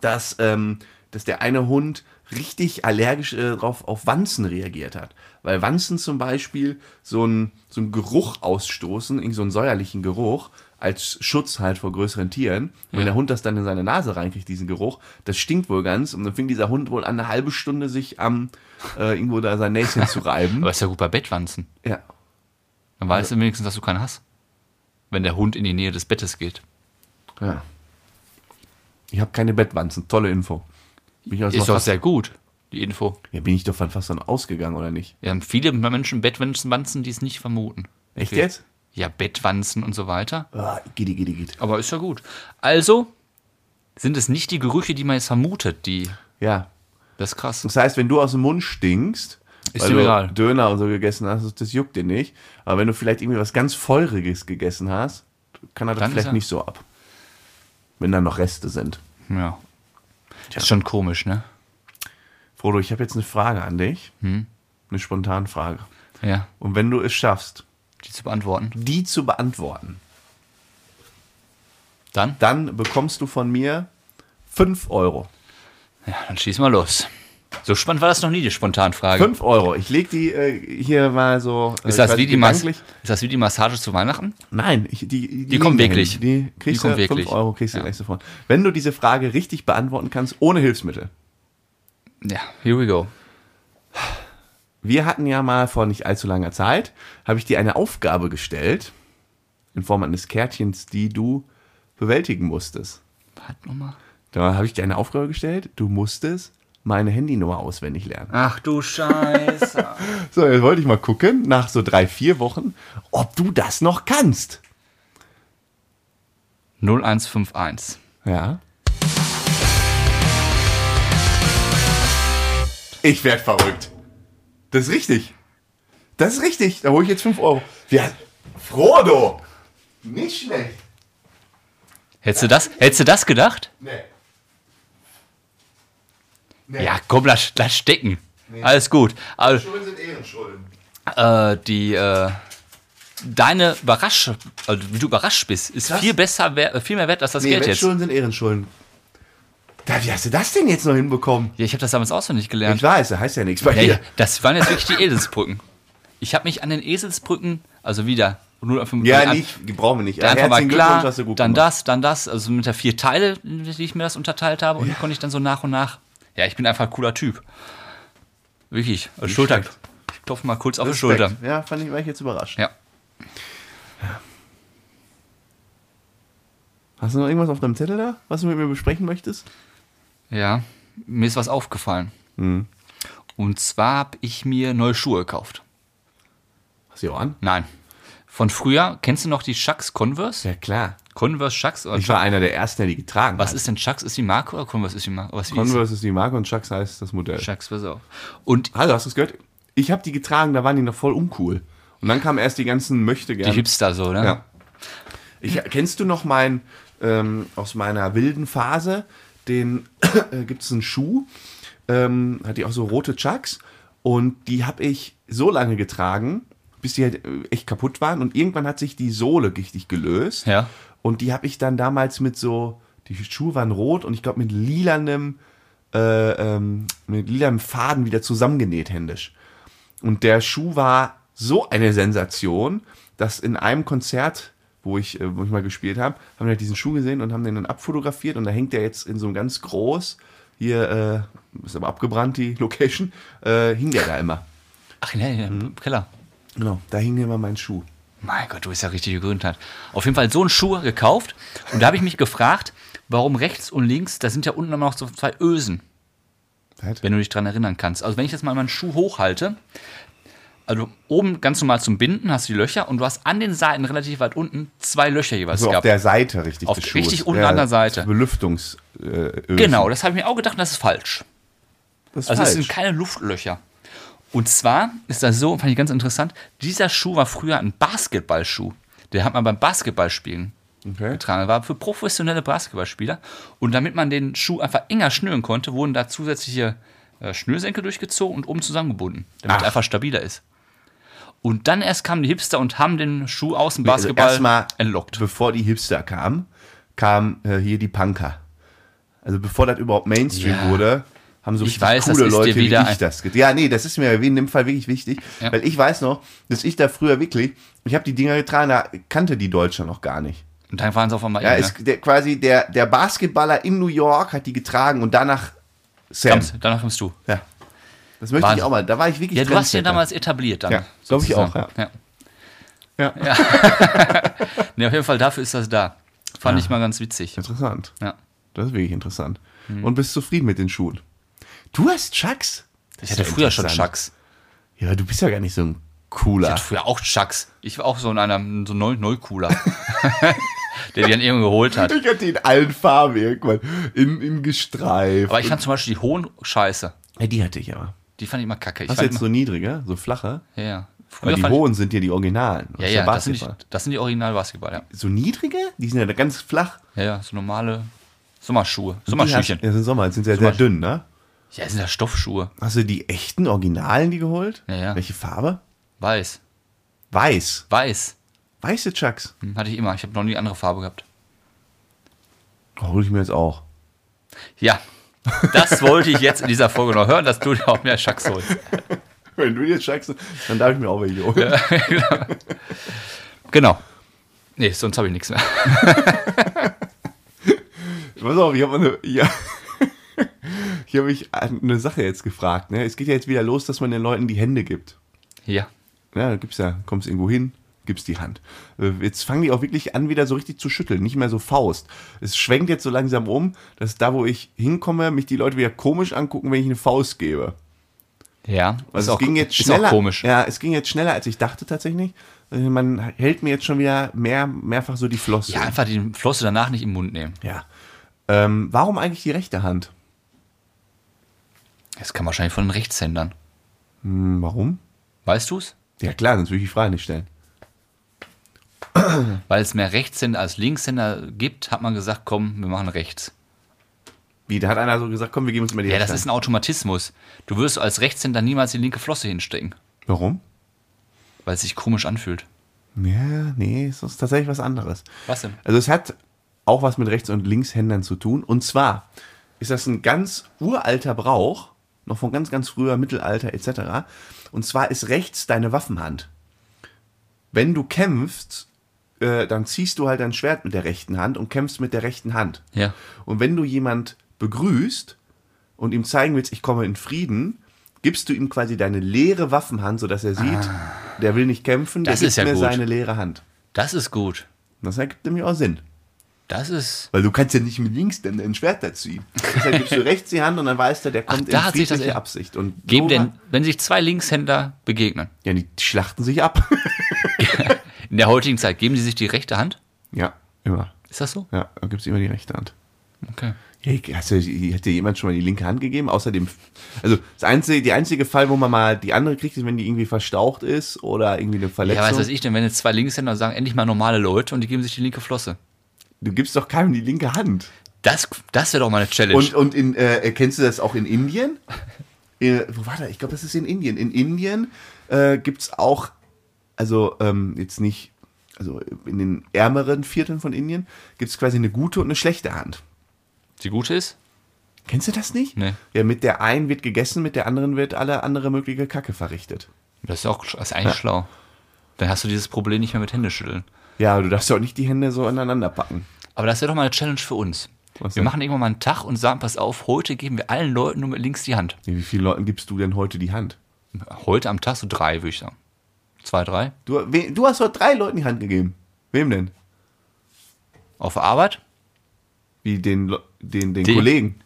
dass, ähm, dass der eine Hund richtig allergisch äh, drauf auf Wanzen reagiert hat. Weil Wanzen zum Beispiel so einen so einen Geruch ausstoßen, irgend so einen säuerlichen Geruch, als Schutz halt vor größeren Tieren. Und wenn der Hund das dann in seine Nase reinkriegt, diesen Geruch, das stinkt wohl ganz. Und dann fing dieser Hund wohl an, eine halbe Stunde sich am äh, irgendwo da sein Näschen zu reiben.
Aber ist ja gut bei Bettwanzen.
Ja,
Dann weißt du wenigstens, dass du keinen hast. Wenn der Hund in die Nähe des Bettes geht.
Ja. Ich habe keine Bettwanzen. Tolle Info. Bin ich, also
Ist doch
fast,
sehr gut, die Info.
ja, bin ich doch von fast dann ausgegangen, oder nicht?
Wir haben viele Menschen Bettwanzen, die es nicht vermuten.
Echt
Okay.
jetzt?
Ja, Bettwanzen und so weiter.
Ah, gidi, gidi, gidi.
Aber ist ja gut. Also sind es nicht die Gerüche, die man jetzt vermutet, die.
Ja.
Das ist krass.
Das heißt, wenn du aus dem Mund stinkst,
Ist
weil
dir
du
egal.
Döner und so gegessen hast, das juckt dir nicht. Aber wenn du vielleicht irgendwie was ganz Feuriges gegessen hast, kann er das
Dann ist
vielleicht
er-
nicht so ab. Wenn da noch Reste sind.
Ja. Ist schon komisch, ne?
Frodo, ich habe jetzt eine Frage an dich.
Hm.
Eine spontane Frage.
Ja,
Und wenn du es schaffst,
die zu beantworten.
die zu beantworten,
Dann?
dann bekommst du von mir 5 Euro.
Ja, dann schieß mal los. So spannend war das noch nie, die Spontanfrage.
5 Euro. Ich lege die äh, hier mal so. Äh,
Ist das,
quasi
wie die Mas
gedanklich-
ist das wie die Massage zu Weihnachten?
Nein, ich, die, die, liegen
kommen
dahin.
wirklich.
Die
Die
kriegst
kommen
du
wirklich.
5 Euro, kriegst du
Ja.
gleich sofort. Wenn du diese Frage richtig beantworten kannst, ohne Hilfsmittel.
Ja, here we go.
Wir hatten ja mal vor nicht allzu langer Zeit, habe ich dir eine Aufgabe gestellt, in Form eines Kärtchens, die du bewältigen musstest.
Warte nochmal.
Da habe ich dir eine Aufgabe gestellt, du musstest meine Handynummer auswendig lernen.
Ach du Scheiße.
So, jetzt wollte ich mal gucken, nach so drei, vier Wochen, ob du das noch kannst.
0151.
Ja. Ich werd verrückt. Das ist richtig. Das ist richtig. Da hole ich jetzt 5 Euro. Ja. Frodo! Nicht schlecht.
Hättest du das, hättest du das gedacht?
Nee. Nee.
Ja, komm, lass, lass stecken. Alles gut. Aber,
Schulden sind Ehrenschulden.
äh, die, äh, deine Überraschung, also wie du überrascht bist, ist
Krass.
viel besser, wer- äh, viel mehr wert als das
Nee,
Geld jetzt.
Wettschulden sind Ehrenschulden. Da, wie hast du das denn jetzt noch hinbekommen?
Ja, ich habe das damals auswendig gelernt.
Ich weiß, da heißt ja nichts bei
Ja,
dir.
ja, das waren jetzt wirklich die Eselsbrücken. Ich habe mich an den Eselsbrücken, also wieder 0,5
Ja,
an-
nicht, die brauchen wir nicht.
Einfach mal
Herzlichen
klar,
Glückwunsch, hast du gut
dann
gemacht.
das, dann das. Also mit der vier Teile, in die ich mir das unterteilt habe. Und die konnte ich dann so nach und nach. Ja, ich bin einfach ein cooler Typ. Wirklich. Also Schulter.
schlecht.
Ich klopfe mal kurz auf die
Respekt.
Schulter.
Ja, fand ich, war ich jetzt überrascht.
Ja.
Hast du noch irgendwas auf deinem Zettel da, was du mit mir besprechen möchtest?
Ja. Mir ist was aufgefallen.
Mhm.
Und zwar habe ich mir neue Schuhe gekauft.
Hast du ja auch an?
Nein. Von früher, kennst du noch die Chucks Converse?
Ja, klar.
Converse Chucks? Oder
Ich war einer der ersten, der die getragen
Was
hat.
ist denn Chucks? Ist die Marke oder Converse ist die Marke? Was wie
Converse ist die Marke und Chucks heißt das Modell.
ist Chucks, pass auf. Und
Hallo, hast du es gehört? Ich habe die getragen, da waren die noch voll uncool. Und dann kamen erst die ganzen möchte
die
gerne.
Hipster so, ne?
Ja. Ich, kennst du noch mein, ähm, aus meiner wilden Phase, den äh, gibt es einen Schuh, ähm, hat die auch so rote Chucks und die habe ich so lange getragen, bis die halt äh, echt kaputt waren und irgendwann hat sich die Sohle richtig gelöst
Ja.
und die habe ich dann damals mit so, die Schuhe waren rot und ich glaube mit lilanem, äh, ähm, mit lilanem Faden wieder zusammengenäht händisch. Und der Schuh war so eine Sensation, dass in einem Konzert, wo ich, äh, wo ich mal gespielt habe, haben wir halt diesen Schuh gesehen und haben den dann abfotografiert und da hängt der jetzt in so einem ganz groß, hier, äh, ist aber abgebrannt die Location, äh, hing der da immer.
Ach nee,
Mhm.
im Keller.
Genau, da hing immer mein Schuh.
Mein Gott, du bist ja richtige Gründheit. Auf jeden Fall so einen Schuh gekauft und da habe ich mich gefragt, warum rechts und links, da sind ja unten immer noch so zwei Ösen,
Was?
wenn du dich dran erinnern kannst. Also wenn ich jetzt mal meinen Schuh hochhalte, also oben ganz normal zum Binden hast du die Löcher und du hast an den Seiten relativ weit unten zwei Löcher jeweils
So Also auf
gehabt.
der Seite richtig
Auf-
des Schuhs.
richtig unten an der Seite.
Belüftungs. Äh, Ösen.
Genau, das habe ich mir auch gedacht, und das ist falsch.
Das ist
Also es
falsch.
sind keine Luftlöcher. Und zwar ist das so, fand ich ganz interessant, dieser Schuh war früher ein Basketballschuh. Den hat man beim Basketballspielen
Okay.
getragen. War für professionelle Basketballspieler. Und damit man den Schuh einfach enger schnüren konnte, wurden da zusätzliche äh, Schnürsenkel durchgezogen und oben zusammengebunden, damit
Ach.
er einfach stabiler ist. Und dann erst kamen die Hipster und haben den Schuh aus dem
Also
Basketball
erstmal,
entlockt.
Bevor die Hipster kamen, kamen äh, hier die Punker. Also bevor das überhaupt Mainstream
Ja.
wurde, haben so
Ich
richtig
weiß, das
coole
ist dir
Leute wie
wieder
ich
ein-
das. get- Ja, nee, das ist mir in dem Fall wirklich wichtig,
Ja.
weil ich weiß noch, dass ich da früher wirklich, ich habe die Dinger getragen, da kannte die Deutsche noch gar nicht.
Und dann waren sie auf einmal
Ja,
in, ne?
es, der, quasi der, der Basketballer in New York hat die getragen und danach Sam.
Kommst, Danach kommst du.
Ja. Das möchte ich
Wahnsinn.
auch mal. Da war ich wirklich
Ja, du hast den
Trendsetter.
damals etabliert dann.
Ja, glaub ich auch,
sozusagen. ja.
Ja.
Nee, auf jeden Fall dafür ist das da. Fand ich mal ganz witzig.
Interessant.
Ja.
Das Ah. ist wirklich interessant.
Hm.
Und bist zufrieden mit den Schuhen. Du hast Chucks? Das
Ich
ist
hatte
ja
früher schon
interessant.
Chucks.
Ja, aber du bist ja gar nicht so ein
Ich
cooler.
hatte früher auch Chucks. Ich war auch so in einer so Neu Neukuler. der die dann irgendwo geholt hat.
Ich hatte in allen Farben irgendwann. In, in gestreift.
Aber ich fand zum Beispiel die hohen Scheiße.
ja, die hatte ich aber.
Die fand ich immer kacke. Ich
Hast du
fand
jetzt
immer,
so niedrige, so flache?
ja, ja. Früher
Weil die
fand ich,
hohen sind ja die Originalen.
ja, ja, das sind, die, das sind die original Basketball, ja.
so niedrige? Die sind ja ganz flach.
Ja, ja, so normale Sommerschuhe.
Die hast-
Sommerschüchen.
Ja, sind Sommer, sind sehr, sehr
Sommerschü-
dünn, ne?
Ja, das sind ja Stoffschuhe.
Hast du die echten Originalen die geholt?
Ja, ja.
Welche Farbe?
Weiß.
Weiß.
Weiß.
Weiße Chucks.
Hm, hatte ich immer. Ich habe noch nie andere Farbe gehabt. Hm.
Oh, hol ich mir jetzt auch.
Ja. Das wollte ich jetzt in dieser Folge noch hören, dass du dir auch mehr Chucks holst.
Wenn du jetzt Chucks, dann darf ich mir auch welche holen.
Genau. Nee, sonst habe ich nichts mehr.
Pass auf, ich habe eine, ja, ich habe mich an eine Sache jetzt gefragt. Ne? Es geht ja jetzt wieder los, dass man den Leuten die Hände gibt.
Ja.
Ja, da gibt's ja, kommst irgendwo hin, gibst die Hand. Äh, Jetzt fangen die auch wirklich an, wieder so richtig zu schütteln, nicht mehr so Faust. Es schwenkt jetzt so langsam um, dass da, wo ich hinkomme, mich die Leute wieder komisch angucken, wenn ich eine Faust gebe.
Ja.
Also es ging jetzt
ist auch
schneller.
komisch.
Ja, es ging jetzt schneller, als ich dachte tatsächlich. äh, man hält mir jetzt schon wieder mehr, mehrfach so die Flosse.
Ja, einfach die Flosse danach nicht im Mund nehmen.
Ja. Ähm, warum eigentlich die rechte Hand?
Das kann wahrscheinlich von den Rechtshändern.
Hm, warum?
Weißt du es?
Ja klar, sonst würde ich die Frage nicht stellen.
Weil es mehr Rechtshänder als Linkshänder gibt, hat man gesagt, komm, wir machen rechts.
Wie, da hat einer so gesagt, komm, wir geben uns immer die
Ja, das
rechte
ist
Hand.
ein Automatismus. Du wirst als Rechtshänder niemals die linke Flosse hinstecken,
Warum?
weil es sich komisch anfühlt.
Ja, nee, es ist tatsächlich was anderes.
Was denn?
Also es hat auch was mit Rechts- und Linkshändern zu tun. Und zwar ist das ein ganz uralter Brauch, noch von ganz, ganz früher, Mittelalter etc. Und zwar ist rechts deine Waffenhand. Wenn du kämpfst, äh, dann ziehst du halt dein Schwert mit der rechten Hand und kämpfst mit der rechten Hand.
Ja.
Und wenn du jemand begrüßt und ihm zeigen willst, ich komme in Frieden, gibst du ihm quasi deine leere Waffenhand, sodass er sieht, der will nicht kämpfen,
Ah. Das
der
ist
gibt
ja
mir
gut.
seine leere Hand.
Das ist gut.
Das ergibt nämlich auch Sinn.
Das ist.
Weil du kannst ja nicht mit links denn ein Schwert da ziehen. Deshalb gibst du rechts die Hand und dann weiß der, der kommt
da
in
hat sich das
friedliche
echt-
Absicht. Und
Geben
so-
denn, wenn sich zwei Linkshänder begegnen,
Ja, die schlachten sich ab.
in der heutigen Zeit, geben sie sich die rechte Hand?
ja, immer.
Ist das so?
Ja, dann gibt's immer die rechte Hand.
Okay.
Hey, hast du, hat dir jemand schon mal die linke Hand gegeben? Außerdem, also das einzige, der einzige Fall, wo man mal die andere kriegt, ist, wenn die irgendwie verstaucht ist oder irgendwie eine
Ja,
Verletzung.
was weiß ich denn, wenn jetzt zwei Linkshänder sagen, endlich mal normale Leute und die geben sich die linke Flosse.
Du gibst doch keinem die linke Hand.
Das, das wäre doch mal eine Challenge.
Und, und in, äh, kennst du das auch in Indien? Äh, wo war das? Ich glaube, das ist in Indien. In Indien äh, gibt es auch, also ähm, jetzt nicht, also in den ärmeren Vierteln von Indien, gibt es quasi eine gute und eine schlechte Hand.
die gute ist?
Kennst du das nicht?
Nee.
Ja, mit der einen wird gegessen, mit der anderen wird alle andere mögliche Kacke verrichtet.
Das ist auch das ist eigentlich schlau. Dann hast du dieses Problem nicht mehr mit Händeschütteln.
Ja, du darfst ja auch nicht die Hände so aneinander packen.
Aber das wäre doch mal eine Challenge für uns.
Was
wir
denn?
machen irgendwann mal einen Tag und sagen, pass auf, heute geben wir allen Leuten nur mit links die Hand.
Ja, wie vielen Leuten gibst du denn heute die Hand?
Heute am Tag so drei, würde ich sagen. Zwei, drei.
Du, we, du hast heute drei Leuten die Hand gegeben. Wem denn?
Auf der Arbeit,
Wie den, Le- den, den
Die-
Kollegen.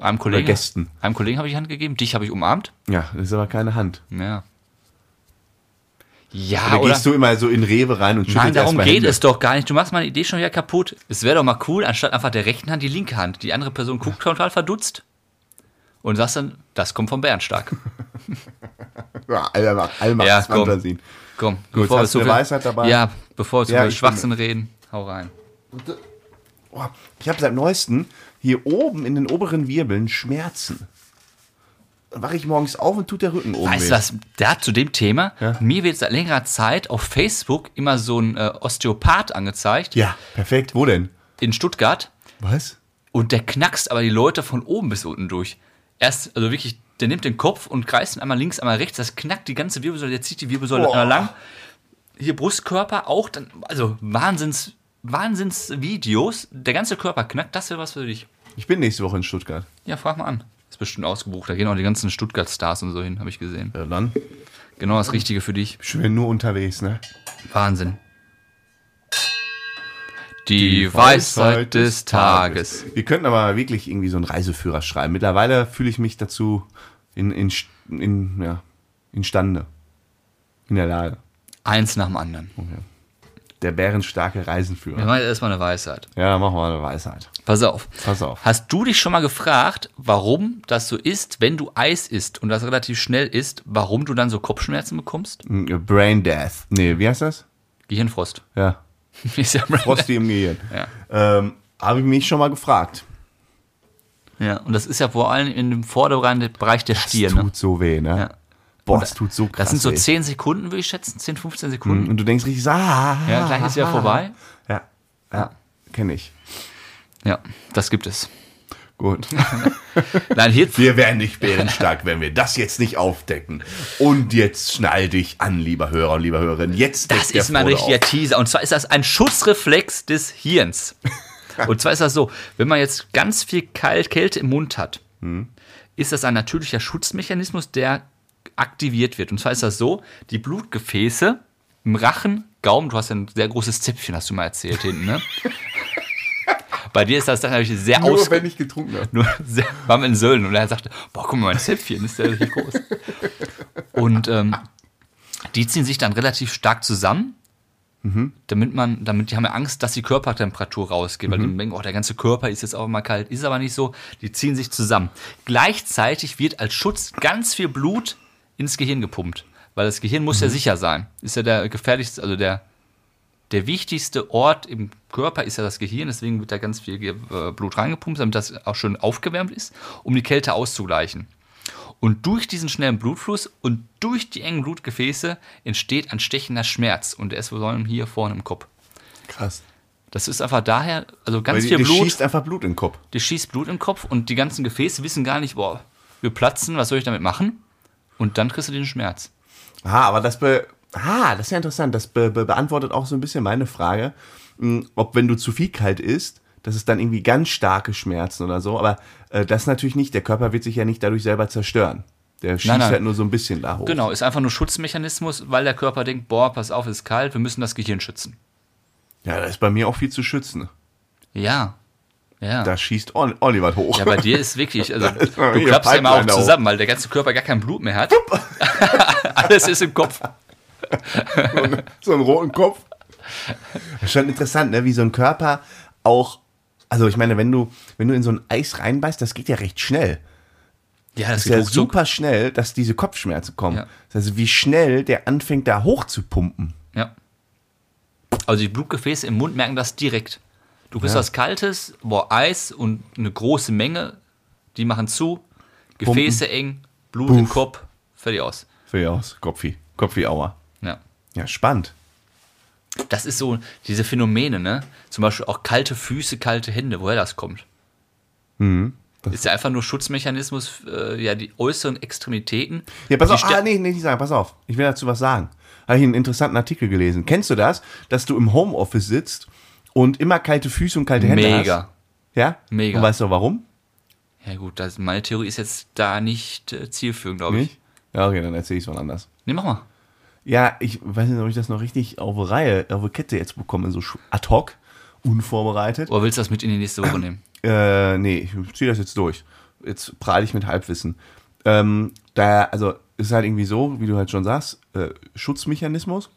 einem Kollegen.
Gästen.
Einem Kollegen habe ich die Hand gegeben, dich habe ich umarmt.
Ja, das ist aber keine Hand.
Ja. Ja,
Da
Ah, oder?
gehst du immer so in Rewe rein und schüttelst
Nein, darum
erstmal
geht
Hände.
es doch gar nicht. Du machst meine Idee schon wieder kaputt. Es wäre doch mal cool, anstatt einfach der rechten Hand die linke Hand. Die andere Person guckt total verdutzt und sagst dann, das kommt vom Bärenstark.
Ja, Alma, Alma
Ja,
ja,
komm.
Fantasien.
Komm,
Gut,
bevor wir
hast du
zu
eine
viel-
Weisheit dabei?
Ja, bevor wir zu
Ja,
viel
ich
Schwachsinn reden, hau rein.
Oh, ich habe seit neuestem hier oben in den oberen Wirbeln Schmerzen. Dann wache ich morgens auf und tut der Rücken oben
Weißt
weh.
du was, da zu dem Thema,
Ja.
mir wird seit längerer Zeit auf Facebook immer so ein äh, Osteopath angezeigt
Ja, perfekt. Wo denn?
in Stuttgart
Was?
und der knackst aber die Leute von oben bis unten durch. Erst, also wirklich, der nimmt den Kopf und kreist ihn einmal links, einmal rechts, das knackt die ganze Wirbelsäule, der zieht die Wirbelsäule
Boah.
einmal lang. Hier Brustkörper auch, dann, also Wahnsinns, Wahnsinns-Videos, der ganze Körper knackt, das wäre was für dich.
Ich bin nächste Woche in Stuttgart.
Ja, frag mal an. Ist bestimmt ausgebucht. Da gehen auch die ganzen Stuttgart-Stars und so hin, habe ich gesehen.
Ja, dann.
Genau das Richtige für dich.
Schön nur unterwegs, ne?
Wahnsinn. Die, Weisheit des Tages.
Wir könnten aber wirklich irgendwie so einen Reiseführer schreiben. Mittlerweile fühle ich mich dazu in, in, in, ja, instande. In der Lage.
Eins nach dem anderen.
Der bärenstarke Reisenführer.
Wir machen jetzt erstmal eine Weisheit.
Ja, dann machen wir eine Weisheit.
Pass auf.
Pass auf.
Hast du dich schon mal gefragt, warum das so ist, wenn du Eis isst und das relativ schnell ist, warum du dann so Kopfschmerzen bekommst?
Mm, Brain Death. Nee, wie heißt das?
Gehirnfrost.
Ja.
ist ja
Frosty im Gehirn.
Ja.
Ähm, Habe ich mich schon mal gefragt.
ja, und das ist ja vor allem in dem vorderen Bereich der
Das
Stirn.
tut
Ne?
so weh, ne?
Ja.
Boah, es tut so krass
Das sind so
weh. Mhm.
10 Sekunden, würde ich schätzen, 10, 15 Sekunden.
Und du denkst richtig, ah.
Ja, gleich ist ja vorbei.
Ja, ja kenne ich.
Ja, das gibt es.
Gut.
Nein, hier,
Wir wären nicht bärenstark, wenn wir das jetzt nicht aufdecken. Und jetzt schnall dich an, lieber Hörer und lieber Hörerin. Jetzt
das
deckt der
ist mal ein
Frodo
richtiger
auf.
Teaser. Und zwar ist das ein Schutzreflex des Hirns. Und zwar ist das so, wenn man jetzt ganz viel Kalt, Kälte im Mund hat,
Mhm.
ist das ein natürlicher Schutzmechanismus, der aktiviert wird. Und zwar ist das so, die Blutgefäße im Rachen, Gaumen, du hast ja ein sehr großes Zäpfchen, hast du mal erzählt hinten, ne? Bei dir ist das dann natürlich sehr
Nur
ausge-
wenn ich getrunken habe.
nur sehr, waren wir in Sölden und er sagte, boah, guck mal, mein Zäpfchen ist ja richtig groß. Und ähm, die ziehen sich dann relativ stark zusammen Damit man, damit die haben ja Angst, dass die Körpertemperatur rausgeht, weil die denken, oh, der ganze Körper ist jetzt auch mal kalt. Ist aber nicht so. Die ziehen sich zusammen. Gleichzeitig wird als Schutz ganz viel Blut ins Gehirn gepumpt. Weil das Gehirn muss ja sicher sein. Ist ja der gefährlichste, also der, der wichtigste Ort im Körper ist ja das Gehirn, deswegen wird da ganz viel Ge- äh, Blut reingepumpt, damit das auch schön aufgewärmt ist, um die Kälte auszugleichen. Und durch diesen schnellen Blutfluss und durch die engen Blutgefäße entsteht ein stechender Schmerz und der ist vor allem hier vorne im Kopf.
Krass.
Das ist einfach daher, also
Weil
ganz
die,
viel
die
Blut,
schießt einfach Blut in den Kopf.
die schießt Blut im Kopf und die ganzen Gefäße wissen gar nicht, boah, wir platzen, was soll ich damit machen? Und dann kriegst du den Schmerz.
Ah, aber das be ah, das ist ja interessant. Das be be beantwortet auch so ein bisschen meine Frage, mh, ob wenn du zu viel kalt isst, dass es dann irgendwie ganz starke Schmerzen oder so. Aber äh, das natürlich nicht. Der Körper wird sich ja nicht dadurch selber zerstören. Der schießt
nein.
halt nur so ein bisschen da hoch.
Genau, ist einfach nur Schutzmechanismus, weil der Körper denkt, boah, pass auf, es ist kalt, wir müssen das Gehirn schützen.
Ja, da ist bei mir auch viel zu schützen.
Ja. Ja.
Da schießt Ol- Oliver hoch.
ja, bei dir ist wirklich, also
ist mal
du
wieder
klappst ja immer auch
Pipeline da
zusammen, weil der ganze Körper gar kein Blut mehr hat. Alles ist im Kopf.
so einen roten Kopf. Das ist schon interessant, ne? wie so ein Körper auch. Also ich meine, wenn du, wenn du in so ein Eis reinbeißt, das geht ja recht schnell.
Ja, das
ist ja
geht ruckzuck.
super schnell, dass diese Kopfschmerzen kommen.
Ja.
Das heißt, wie schnell der anfängt, da hoch zu pumpen.
Ja. Also die Blutgefäße im Mund merken das direkt. Du kriegst
Ja.
was Kaltes, boah, Eis und eine große Menge, die machen zu, Gefäße eng, Blut im
Puff.
Kopf, fertig aus.
Für aus, Kopfi, Kopfi Aua.
Ja.
Ja, spannend.
Das ist so diese Phänomene, ne? Zum Beispiel auch kalte Füße, kalte Hände, woher das kommt. Mhm. Ist ja einfach nur Schutzmechanismus, äh, ja, die äußeren Extremitäten.
Ja, pass
die
auf.
Ste-
Ah, nee, nee, nicht sagen, pass auf. Ich will dazu was sagen. Habe ich einen interessanten Artikel gelesen. Kennst du das, dass du im Homeoffice sitzt und immer kalte Füße und kalte Hände hast?
Mega.
Ja?
Mega.
Und weißt du warum?
Ja, gut, das, meine Theorie ist jetzt da nicht äh, zielführend, glaube ich.
Nicht? Ja, okay, dann erzähle ich es mal anders.
Nee, mach mal.
Ja, ich weiß nicht, ob ich das noch richtig auf die Reihe, auf die Kette jetzt bekomme, so sch- ad hoc, unvorbereitet.
Oder willst du das mit in die nächste Woche nehmen?
Äh, nee, ich ziehe das jetzt durch. Jetzt prahle ich mit Halbwissen. Ähm, da, also, es ist halt irgendwie so, wie du halt schon sagst, äh, Schutzmechanismus.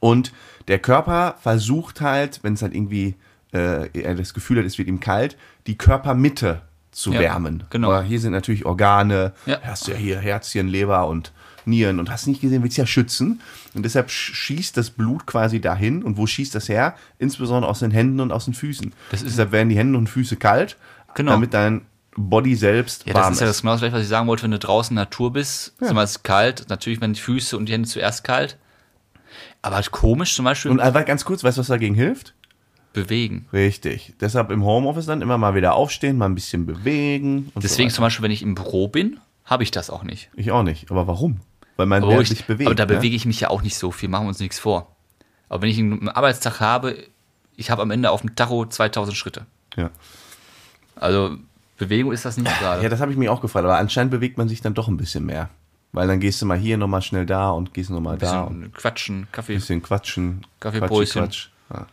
Und der Körper versucht halt, wenn es halt irgendwie äh, er das Gefühl hat, es wird ihm kalt, die Körpermitte zu
Ja,
wärmen.
genau.
Aber hier sind natürlich Organe,
Ja.
hast du ja hier Herzchen, Leber und Nieren und hast nicht gesehen, willst ja schützen. Und deshalb sch- schießt das Blut quasi dahin. Und wo schießt das her? Insbesondere aus den Händen und aus den Füßen.
Das ist-
deshalb werden die Hände und Füße kalt,
Genau.
damit dein Body selbst
Ja, das
warm
ist ja das genau das gleiche, was ich sagen wollte, wenn du draußen in der Natur bist. Ja. Zum Beispiel kalt, natürlich werden die Füße und die Hände zuerst kalt. Aber halt komisch zum Beispiel
Und einfach ganz kurz, weißt du, was dagegen hilft?
bewegen.
Richtig. Deshalb im Homeoffice dann immer mal wieder aufstehen, mal ein bisschen bewegen. Und
Deswegen
So
zum Beispiel, wenn ich im Büro bin, habe ich das auch nicht.
weiter. ich auch nicht. Aber warum? Weil mein
Aber,
Nerv
ich,
sich bewegt.
aber da
ne?
bewege ich mich ja auch nicht so viel, machen wir uns nichts vor. Aber wenn ich einen Arbeitstag habe, ich habe am Ende auf dem Tacho 2000 Schritte.
Ja.
Also Bewegung ist das nicht gerade.
ja, das habe ich mich auch gefragt. Aber anscheinend bewegt man sich dann doch ein bisschen mehr. Weil dann gehst du mal hier nochmal schnell da und gehst nochmal da und ein
Bisschen Quatschen, Kaffee.
bisschen quatschen.
Kaffeebrötchen.
Quatschi, Quatsch. Ja.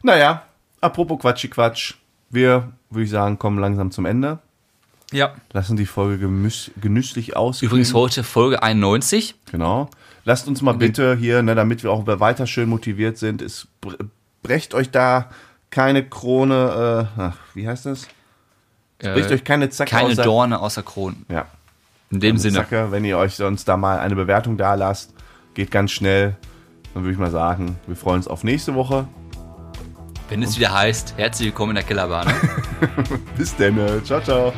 Naja, apropos Quatschi Quatsch. Wir, würde ich sagen, kommen langsam zum Ende.
Ja.
Lassen die Folge gemüß, genüsslich aus.
Übrigens heute Folge 91.
Genau. Lasst uns mal bitte hier, ne, damit wir auch weiter schön motiviert sind, ist, bre- brecht euch da keine Krone, äh, ach, wie heißt das? Bricht euch keine Zacke
Äh, keine
aus der-
Dorne außer Kronen.
Ja,
In dem Sinne.
Zacke, wenn ihr euch sonst da mal eine Bewertung da lasst. Geht ganz schnell. Dann würde ich mal sagen, wir freuen uns auf nächste Woche.
Wenn es wieder heißt, herzlich willkommen in der Kellerbahn.
Bis dann. äh, Ciao, ciao.